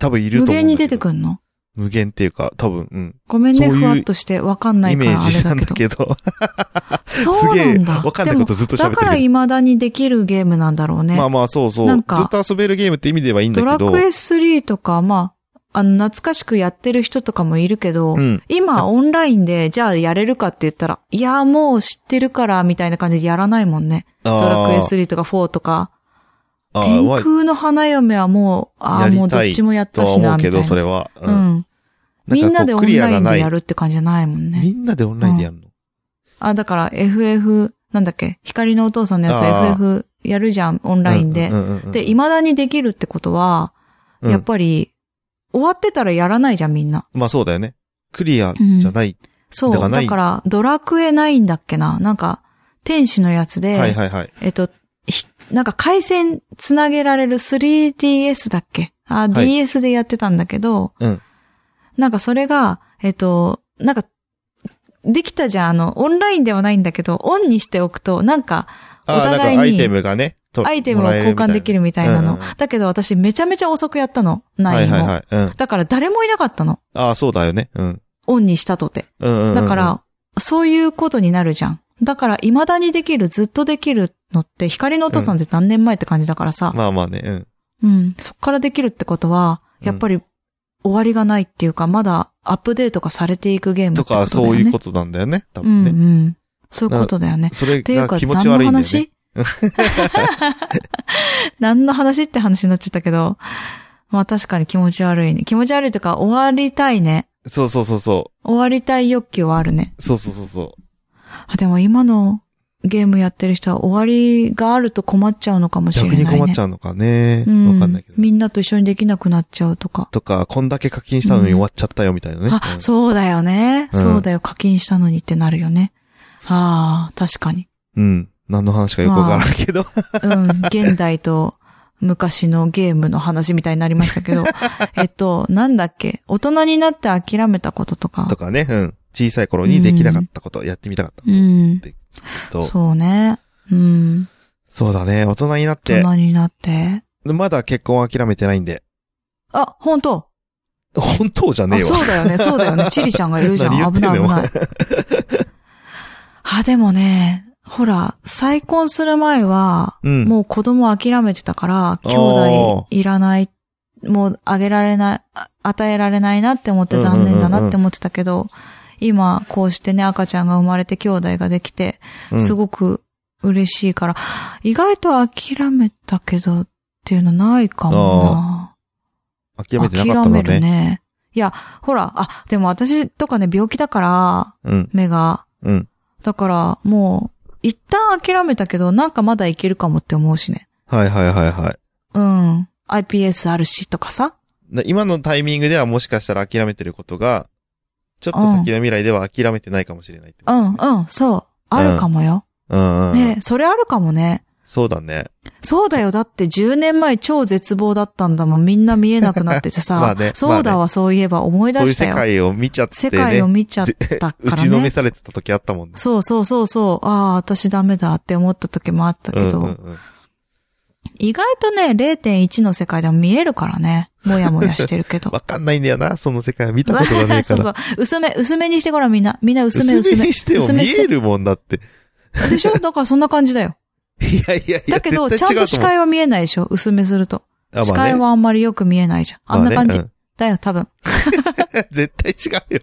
[SPEAKER 1] 多分いる
[SPEAKER 2] 無
[SPEAKER 1] と思うんだけど。
[SPEAKER 2] 限に出てくんの
[SPEAKER 1] 無限っていうか、多分、うん。
[SPEAKER 2] ごめんね、
[SPEAKER 1] そういう
[SPEAKER 2] ふわっとして。わかんない
[SPEAKER 1] イ
[SPEAKER 2] から
[SPEAKER 1] メー
[SPEAKER 2] あれ
[SPEAKER 1] ジな
[SPEAKER 2] だ
[SPEAKER 1] ん
[SPEAKER 2] け
[SPEAKER 1] だけ
[SPEAKER 2] ど。
[SPEAKER 1] ど。
[SPEAKER 2] (laughs) そ
[SPEAKER 1] す
[SPEAKER 2] う
[SPEAKER 1] げ
[SPEAKER 2] な
[SPEAKER 1] え、
[SPEAKER 2] んだ。
[SPEAKER 1] わかんないことずっと
[SPEAKER 2] でも
[SPEAKER 1] 喋っ
[SPEAKER 2] だ
[SPEAKER 1] て
[SPEAKER 2] か
[SPEAKER 1] る
[SPEAKER 2] ら
[SPEAKER 1] けど。
[SPEAKER 2] 未だにできるゲームなんだろうね。
[SPEAKER 1] まあまあ、そうそう。
[SPEAKER 2] なんか
[SPEAKER 1] ずっと遊べるゲームって意味ではいいんだ
[SPEAKER 2] ドラ
[SPEAKER 1] けど。
[SPEAKER 2] クエ3とか、まあ、あの、懐かしくやってる人とかもいるけど、
[SPEAKER 1] うん。
[SPEAKER 2] 今オンラインで、じゃあやれるかって言ったら、いや、もう知ってるから、みたいな感じでやらないもんね。
[SPEAKER 1] ド
[SPEAKER 2] ドラクエ3とか4とか。
[SPEAKER 1] あー
[SPEAKER 2] 天
[SPEAKER 1] は
[SPEAKER 2] 空の花嫁はもう、あ
[SPEAKER 1] や
[SPEAKER 2] あ、
[SPEAKER 1] りたい
[SPEAKER 2] もうどっちもやっ
[SPEAKER 1] と
[SPEAKER 2] た
[SPEAKER 1] は
[SPEAKER 2] し
[SPEAKER 1] 思
[SPEAKER 2] な、
[SPEAKER 1] う
[SPEAKER 2] みた
[SPEAKER 1] け
[SPEAKER 2] いな。
[SPEAKER 1] ど、それは。う。
[SPEAKER 2] うんん。
[SPEAKER 1] な
[SPEAKER 2] みんなで
[SPEAKER 1] こ
[SPEAKER 2] オ
[SPEAKER 1] うク
[SPEAKER 2] ン
[SPEAKER 1] リア
[SPEAKER 2] ライ
[SPEAKER 1] が
[SPEAKER 2] ン
[SPEAKER 1] な
[SPEAKER 2] で
[SPEAKER 1] い
[SPEAKER 2] やるって感じじゃないもんね。
[SPEAKER 1] みんなでオンラインでやるの。
[SPEAKER 2] あ、だから FF、なんだっけ、光のお父さんのやつ
[SPEAKER 1] あー
[SPEAKER 2] FF やるじゃん、オンラインで
[SPEAKER 1] う。んうんうんうん
[SPEAKER 2] で、未だにできるってことは、
[SPEAKER 1] うん
[SPEAKER 2] やっぱり、終わってたらやらないじゃん、みんな。
[SPEAKER 1] まあそうだよね。クリアじゃない。
[SPEAKER 2] そう。
[SPEAKER 1] だ
[SPEAKER 2] だ
[SPEAKER 1] から
[SPEAKER 2] か
[SPEAKER 1] ない
[SPEAKER 2] ら、ドラクエないんだっけななんか、天使のやつで、
[SPEAKER 1] はいはいはい。
[SPEAKER 2] えっと、ひなんか回線つなげられる 3DS だっけあ、DS でやってたんだけど、
[SPEAKER 1] うん
[SPEAKER 2] なんかそれが、えっと、なんか、できたじゃん、あの、オンラインではないんだけど、オンにしておくと、なんか、お
[SPEAKER 1] ああ、なんか
[SPEAKER 2] 互い
[SPEAKER 1] アイ
[SPEAKER 2] に
[SPEAKER 1] テムがね。と
[SPEAKER 2] アイテムを交換できるみたいな
[SPEAKER 1] う
[SPEAKER 2] の
[SPEAKER 1] んうんうん。
[SPEAKER 2] だけど私めちゃめちゃ遅くやったの。
[SPEAKER 1] もら
[SPEAKER 2] ナ
[SPEAKER 1] え
[SPEAKER 2] イ
[SPEAKER 1] る
[SPEAKER 2] ン
[SPEAKER 1] みたいな。はい
[SPEAKER 2] を。
[SPEAKER 1] はいはい。うん。
[SPEAKER 2] だから誰もいなかったの。
[SPEAKER 1] ああ、そうだよね。うん。
[SPEAKER 2] オンにしたとて。
[SPEAKER 1] うんうんうん。
[SPEAKER 2] だか、ら、そういうことになるじゃん。だから、未だにできる、ずっとできるのって、光のお父さんって何年前って感じだからさ。
[SPEAKER 1] まあまあね。うん。
[SPEAKER 2] うん。そっからできるってことは、やっぱり、終わりがないっていうか、まだアップデートがされていくゲームって
[SPEAKER 1] と
[SPEAKER 2] ことだよ
[SPEAKER 1] か、
[SPEAKER 2] ね。
[SPEAKER 1] そういうことなんだよね。多
[SPEAKER 2] う
[SPEAKER 1] 分
[SPEAKER 2] んう
[SPEAKER 1] ね。
[SPEAKER 2] ん。そういうことだよね。
[SPEAKER 1] それ
[SPEAKER 2] っていうか、
[SPEAKER 1] が気持ち悪いんだよ (laughs) ね。
[SPEAKER 2] 何の話何の話って話になっちゃったけど、まあ確かに気持ち悪いね。気持ち悪いというか、終わりたいね。
[SPEAKER 1] そうそうそうそ
[SPEAKER 2] 終わりたい欲求はあるね。
[SPEAKER 1] う。そうそうそうそう。
[SPEAKER 2] あ、でも今のゲームやってる人は終わりがあると困っちゃうのかもしれな
[SPEAKER 1] 逆
[SPEAKER 2] い、ね。
[SPEAKER 1] に困っちゃうのかね。
[SPEAKER 2] うん。
[SPEAKER 1] わかんないけど。
[SPEAKER 2] みんなと一緒にできなくなっちゃうとか。
[SPEAKER 1] とか、こんだけ課金したのに終わっちゃったよみたいなね。
[SPEAKER 2] あ
[SPEAKER 1] う、ん
[SPEAKER 2] そうだよね。
[SPEAKER 1] うん
[SPEAKER 2] そうだよ。課金したのにってなるよね。ああ、確かに。
[SPEAKER 1] うん。何の話かよくわからんけど。 (laughs)
[SPEAKER 2] うん。現代と昔のゲームの話みたいになりまし
[SPEAKER 1] (laughs)
[SPEAKER 2] たけど。えっと、なんだっけ。大人になって諦めたこととか。
[SPEAKER 1] とかね、うん。小さい頃にできなかったこと、やってみたかったこ
[SPEAKER 2] うん。
[SPEAKER 1] と。
[SPEAKER 2] そうね。うん。
[SPEAKER 1] そうだね。大人になっ
[SPEAKER 2] 大
[SPEAKER 1] て、
[SPEAKER 2] 人になって。
[SPEAKER 1] まだ結婚を諦めてないんで。
[SPEAKER 2] あ、本当
[SPEAKER 1] 本当じゃね
[SPEAKER 2] あ、
[SPEAKER 1] えわ。
[SPEAKER 2] そうだよね、そう
[SPEAKER 1] (laughs)
[SPEAKER 2] だよね。チリちゃんがいるじゃん。
[SPEAKER 1] 何言って
[SPEAKER 2] 危
[SPEAKER 1] ん
[SPEAKER 2] な
[SPEAKER 1] の
[SPEAKER 2] い危ない。
[SPEAKER 1] (laughs)
[SPEAKER 2] あ、でもね、ほら、再婚する前は、
[SPEAKER 1] うん。
[SPEAKER 2] もう子供諦めてたから、兄弟いらない、もうあげられない、あ与えられないなって思って残念だなって思ってたけど、今、こうしてね、赤ちゃんが生まれて兄弟ができて、
[SPEAKER 1] うん
[SPEAKER 2] すごく嬉しいから、意外と諦めたけどっていうのないかもな。
[SPEAKER 1] 諦めてなかったんだ
[SPEAKER 2] 諦め
[SPEAKER 1] ね。
[SPEAKER 2] るね。いや、ほら、あ、でも私とかね、病気だから、
[SPEAKER 1] うん、
[SPEAKER 2] 目が。
[SPEAKER 1] うん。
[SPEAKER 2] だから、もう、一旦諦めたけど、なんかまだいけるかもって思うしね。
[SPEAKER 1] はいはいはいはい。
[SPEAKER 2] うん。iPS あるしとかさ。
[SPEAKER 1] な今のタイミングではもしかしたら諦めてることが、ちょっと先の未来では諦めてないかもしれないってこ
[SPEAKER 2] う
[SPEAKER 1] とね
[SPEAKER 2] ん、うん、そう。あるかもよ。
[SPEAKER 1] うんうん。
[SPEAKER 2] ねそれあるかもね。
[SPEAKER 1] そうだね。
[SPEAKER 2] そうだよ。だって10年前超絶望だったんだもん。みんな見えなくなってて
[SPEAKER 1] (laughs)
[SPEAKER 2] さ。
[SPEAKER 1] まあね
[SPEAKER 2] そうだわ、
[SPEAKER 1] ま
[SPEAKER 2] そういえば思い
[SPEAKER 1] そう
[SPEAKER 2] 出
[SPEAKER 1] いう
[SPEAKER 2] した
[SPEAKER 1] 世
[SPEAKER 2] よ。
[SPEAKER 1] 界を見ちゃって
[SPEAKER 2] 世界を
[SPEAKER 1] ね。
[SPEAKER 2] 見ちゃっ
[SPEAKER 1] (laughs)
[SPEAKER 2] たか
[SPEAKER 1] 打
[SPEAKER 2] ら
[SPEAKER 1] ちのめ
[SPEAKER 2] ね。
[SPEAKER 1] されてた時あったもんね。
[SPEAKER 2] そうそうそうそう。ああ、私ダメだって思った時もあったけ
[SPEAKER 1] うんう
[SPEAKER 2] ど、
[SPEAKER 1] んうん。
[SPEAKER 2] 意外とね、0.1の世界でも見えるからね。もやもやしてるけ
[SPEAKER 1] (laughs)
[SPEAKER 2] ど。
[SPEAKER 1] わかんないんだよな、その世界は見たことがねえ
[SPEAKER 2] (laughs) そ
[SPEAKER 1] か
[SPEAKER 2] う
[SPEAKER 1] ら。
[SPEAKER 2] そう。薄め、薄めにしてごらんみんな。みんな薄め薄
[SPEAKER 1] 薄め
[SPEAKER 2] め
[SPEAKER 1] に。しても
[SPEAKER 2] 薄め
[SPEAKER 1] 見
[SPEAKER 2] して
[SPEAKER 1] えるもんだって。
[SPEAKER 2] でしょだからそんな感じだよ。
[SPEAKER 1] いやいやいや、
[SPEAKER 2] だけど、ち
[SPEAKER 1] 絶
[SPEAKER 2] ゃん
[SPEAKER 1] 対違
[SPEAKER 2] と
[SPEAKER 1] う
[SPEAKER 2] 視
[SPEAKER 1] と思う
[SPEAKER 2] 界は見えないでしょ薄めすると。視
[SPEAKER 1] あまあね
[SPEAKER 2] 界はあんまりよく見えないじゃん。あんな感じ
[SPEAKER 1] まあね
[SPEAKER 2] だよ、
[SPEAKER 1] (laughs)
[SPEAKER 2] 多分。
[SPEAKER 1] うん絶対違うよ。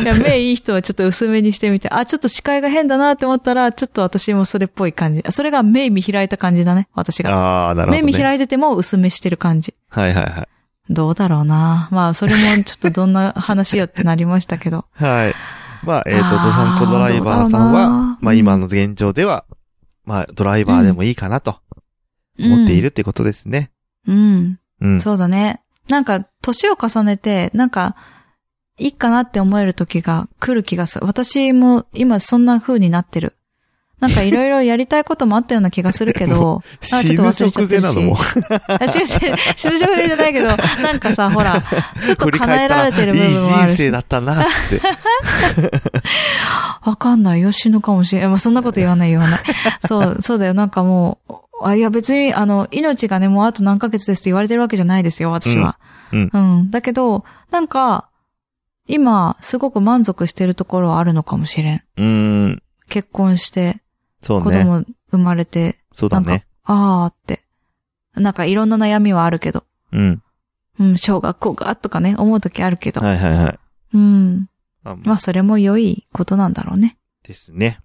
[SPEAKER 2] いや、目いい人はちょっと薄めにしてみて、あ、ちょっと視界が変だなって思ったら、ちょっと私もそれっぽい感じ。あそれが目見開いた感じだね、私が。
[SPEAKER 1] ああ、なるほ
[SPEAKER 2] 目
[SPEAKER 1] ど、ね。
[SPEAKER 2] 見開いてても薄めしてる感じ。
[SPEAKER 1] はいはいはい。
[SPEAKER 2] どうだろうな。まあ、それもちょっとどんな話よってなりましたけど。
[SPEAKER 1] はい。まあ、えっ、と、
[SPEAKER 2] あー
[SPEAKER 1] ドサンコドライバーさん
[SPEAKER 2] どうだろう
[SPEAKER 1] は
[SPEAKER 2] な、
[SPEAKER 1] まあ今の現状では、まあドライバーでもいいかなと思っているってことですね。
[SPEAKER 2] うん。
[SPEAKER 1] うん。
[SPEAKER 2] うん。そうだね。なんか、年を重ねて、なんか、いいかなって思える時が来る気がする。私も今そんな風になってる。なんかいろいろやりたいこともあったような気がする
[SPEAKER 1] (laughs)
[SPEAKER 2] けど、あ
[SPEAKER 1] 死ぬ直前なのも。
[SPEAKER 2] あ、違う違う、就職でじゃないけど、なんかさ、ほら、ちょっと
[SPEAKER 1] (laughs) 振り
[SPEAKER 2] 叶
[SPEAKER 1] 返
[SPEAKER 2] え
[SPEAKER 1] った
[SPEAKER 2] ら
[SPEAKER 1] ら、い
[SPEAKER 2] れ
[SPEAKER 1] い
[SPEAKER 2] てる部分もあ
[SPEAKER 1] 人
[SPEAKER 2] る
[SPEAKER 1] 生
[SPEAKER 2] し。
[SPEAKER 1] だったな、つって。 (laughs)
[SPEAKER 2] わかんないよ、死ぬかもしれない。まあ、そんなこと言わない言
[SPEAKER 1] (laughs)
[SPEAKER 2] わない。そう、そうだよ、なんかもう、あいや別に、あの、命がね、もうあと何ヶ月ですって言われてるわけじゃないですよ、私は。
[SPEAKER 1] うん
[SPEAKER 2] うん。だけど、なんか、今、すごく満足してるところはあるのかもしれん。
[SPEAKER 1] うーん。
[SPEAKER 2] 結婚して、
[SPEAKER 1] そ
[SPEAKER 2] 子
[SPEAKER 1] うね。
[SPEAKER 2] 供生まれて、
[SPEAKER 1] そうだ
[SPEAKER 2] なん
[SPEAKER 1] ね
[SPEAKER 2] か。あーって。なんかいろんな悩みはあるけど。
[SPEAKER 1] うん。
[SPEAKER 2] うん、小学校が、とかね、思うときあるけど。
[SPEAKER 1] はいはいはい。
[SPEAKER 2] うん。
[SPEAKER 1] あ
[SPEAKER 2] まあ、それも良いことなんだろうね。
[SPEAKER 1] ですね。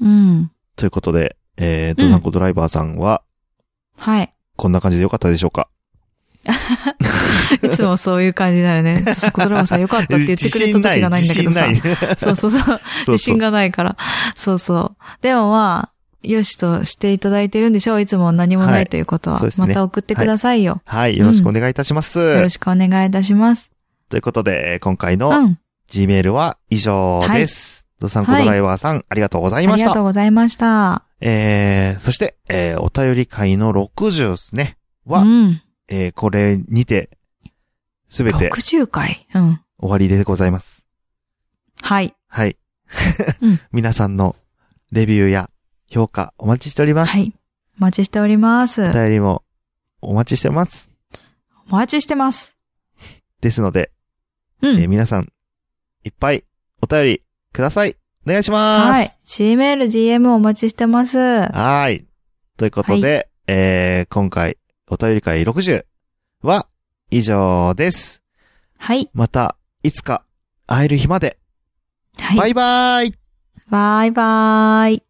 [SPEAKER 2] うん。
[SPEAKER 1] ということで、えー、
[SPEAKER 2] うん
[SPEAKER 1] ドサンコドライバーさんは、
[SPEAKER 2] はい。
[SPEAKER 1] こんな感じでよかったでしょうか
[SPEAKER 2] いつもそういう感じにな
[SPEAKER 1] (laughs)
[SPEAKER 2] るね。私コトラボさん良かったって言ってくれた時がないんだけどさ。
[SPEAKER 1] 自信
[SPEAKER 2] (laughs)
[SPEAKER 1] ない。
[SPEAKER 2] そうそうそう。
[SPEAKER 1] そう
[SPEAKER 2] 自
[SPEAKER 1] そう
[SPEAKER 2] 信がないから。そうそう。でもまあ、よしとしていただいてるんでしょういつも何も
[SPEAKER 1] は
[SPEAKER 2] ないいということは。
[SPEAKER 1] そうですね
[SPEAKER 2] また送ってくださいよ、
[SPEAKER 1] はい、よろしくお願いいたします。
[SPEAKER 2] よろしくお願いいたします。
[SPEAKER 1] ということで、えー今回
[SPEAKER 2] う
[SPEAKER 1] の
[SPEAKER 2] ん。
[SPEAKER 1] G メールは以上です。ドサンコドライバーさん、ありがとうござ
[SPEAKER 2] あ
[SPEAKER 1] いま
[SPEAKER 2] り
[SPEAKER 1] し
[SPEAKER 2] が
[SPEAKER 1] た
[SPEAKER 2] と。うございました。
[SPEAKER 1] えー、そして、えー、お便り会の60ですね。は、
[SPEAKER 2] うん。
[SPEAKER 1] えー、これにて、すべて
[SPEAKER 2] 60回。うん。
[SPEAKER 1] 終わりでございます。
[SPEAKER 2] はい。
[SPEAKER 1] はい。
[SPEAKER 2] うん
[SPEAKER 1] (laughs) 皆さんのレビューや評価お待ちしております。
[SPEAKER 2] はい。お待ちしております。
[SPEAKER 1] お便りもお待ちしてます。
[SPEAKER 2] お待ちしてます。
[SPEAKER 1] ですので、
[SPEAKER 2] う
[SPEAKER 1] え
[SPEAKER 2] ん
[SPEAKER 1] ー。皆さん、いっぱいお便りください。お願いします。
[SPEAKER 2] はい。C メール、DM お待ちしてます。は
[SPEAKER 1] はい。ということで、えー、今回、お便り会60は以上です。
[SPEAKER 2] い。
[SPEAKER 1] また、いつか会える日まで、
[SPEAKER 2] はい。
[SPEAKER 1] バイバイ
[SPEAKER 2] バイバイ。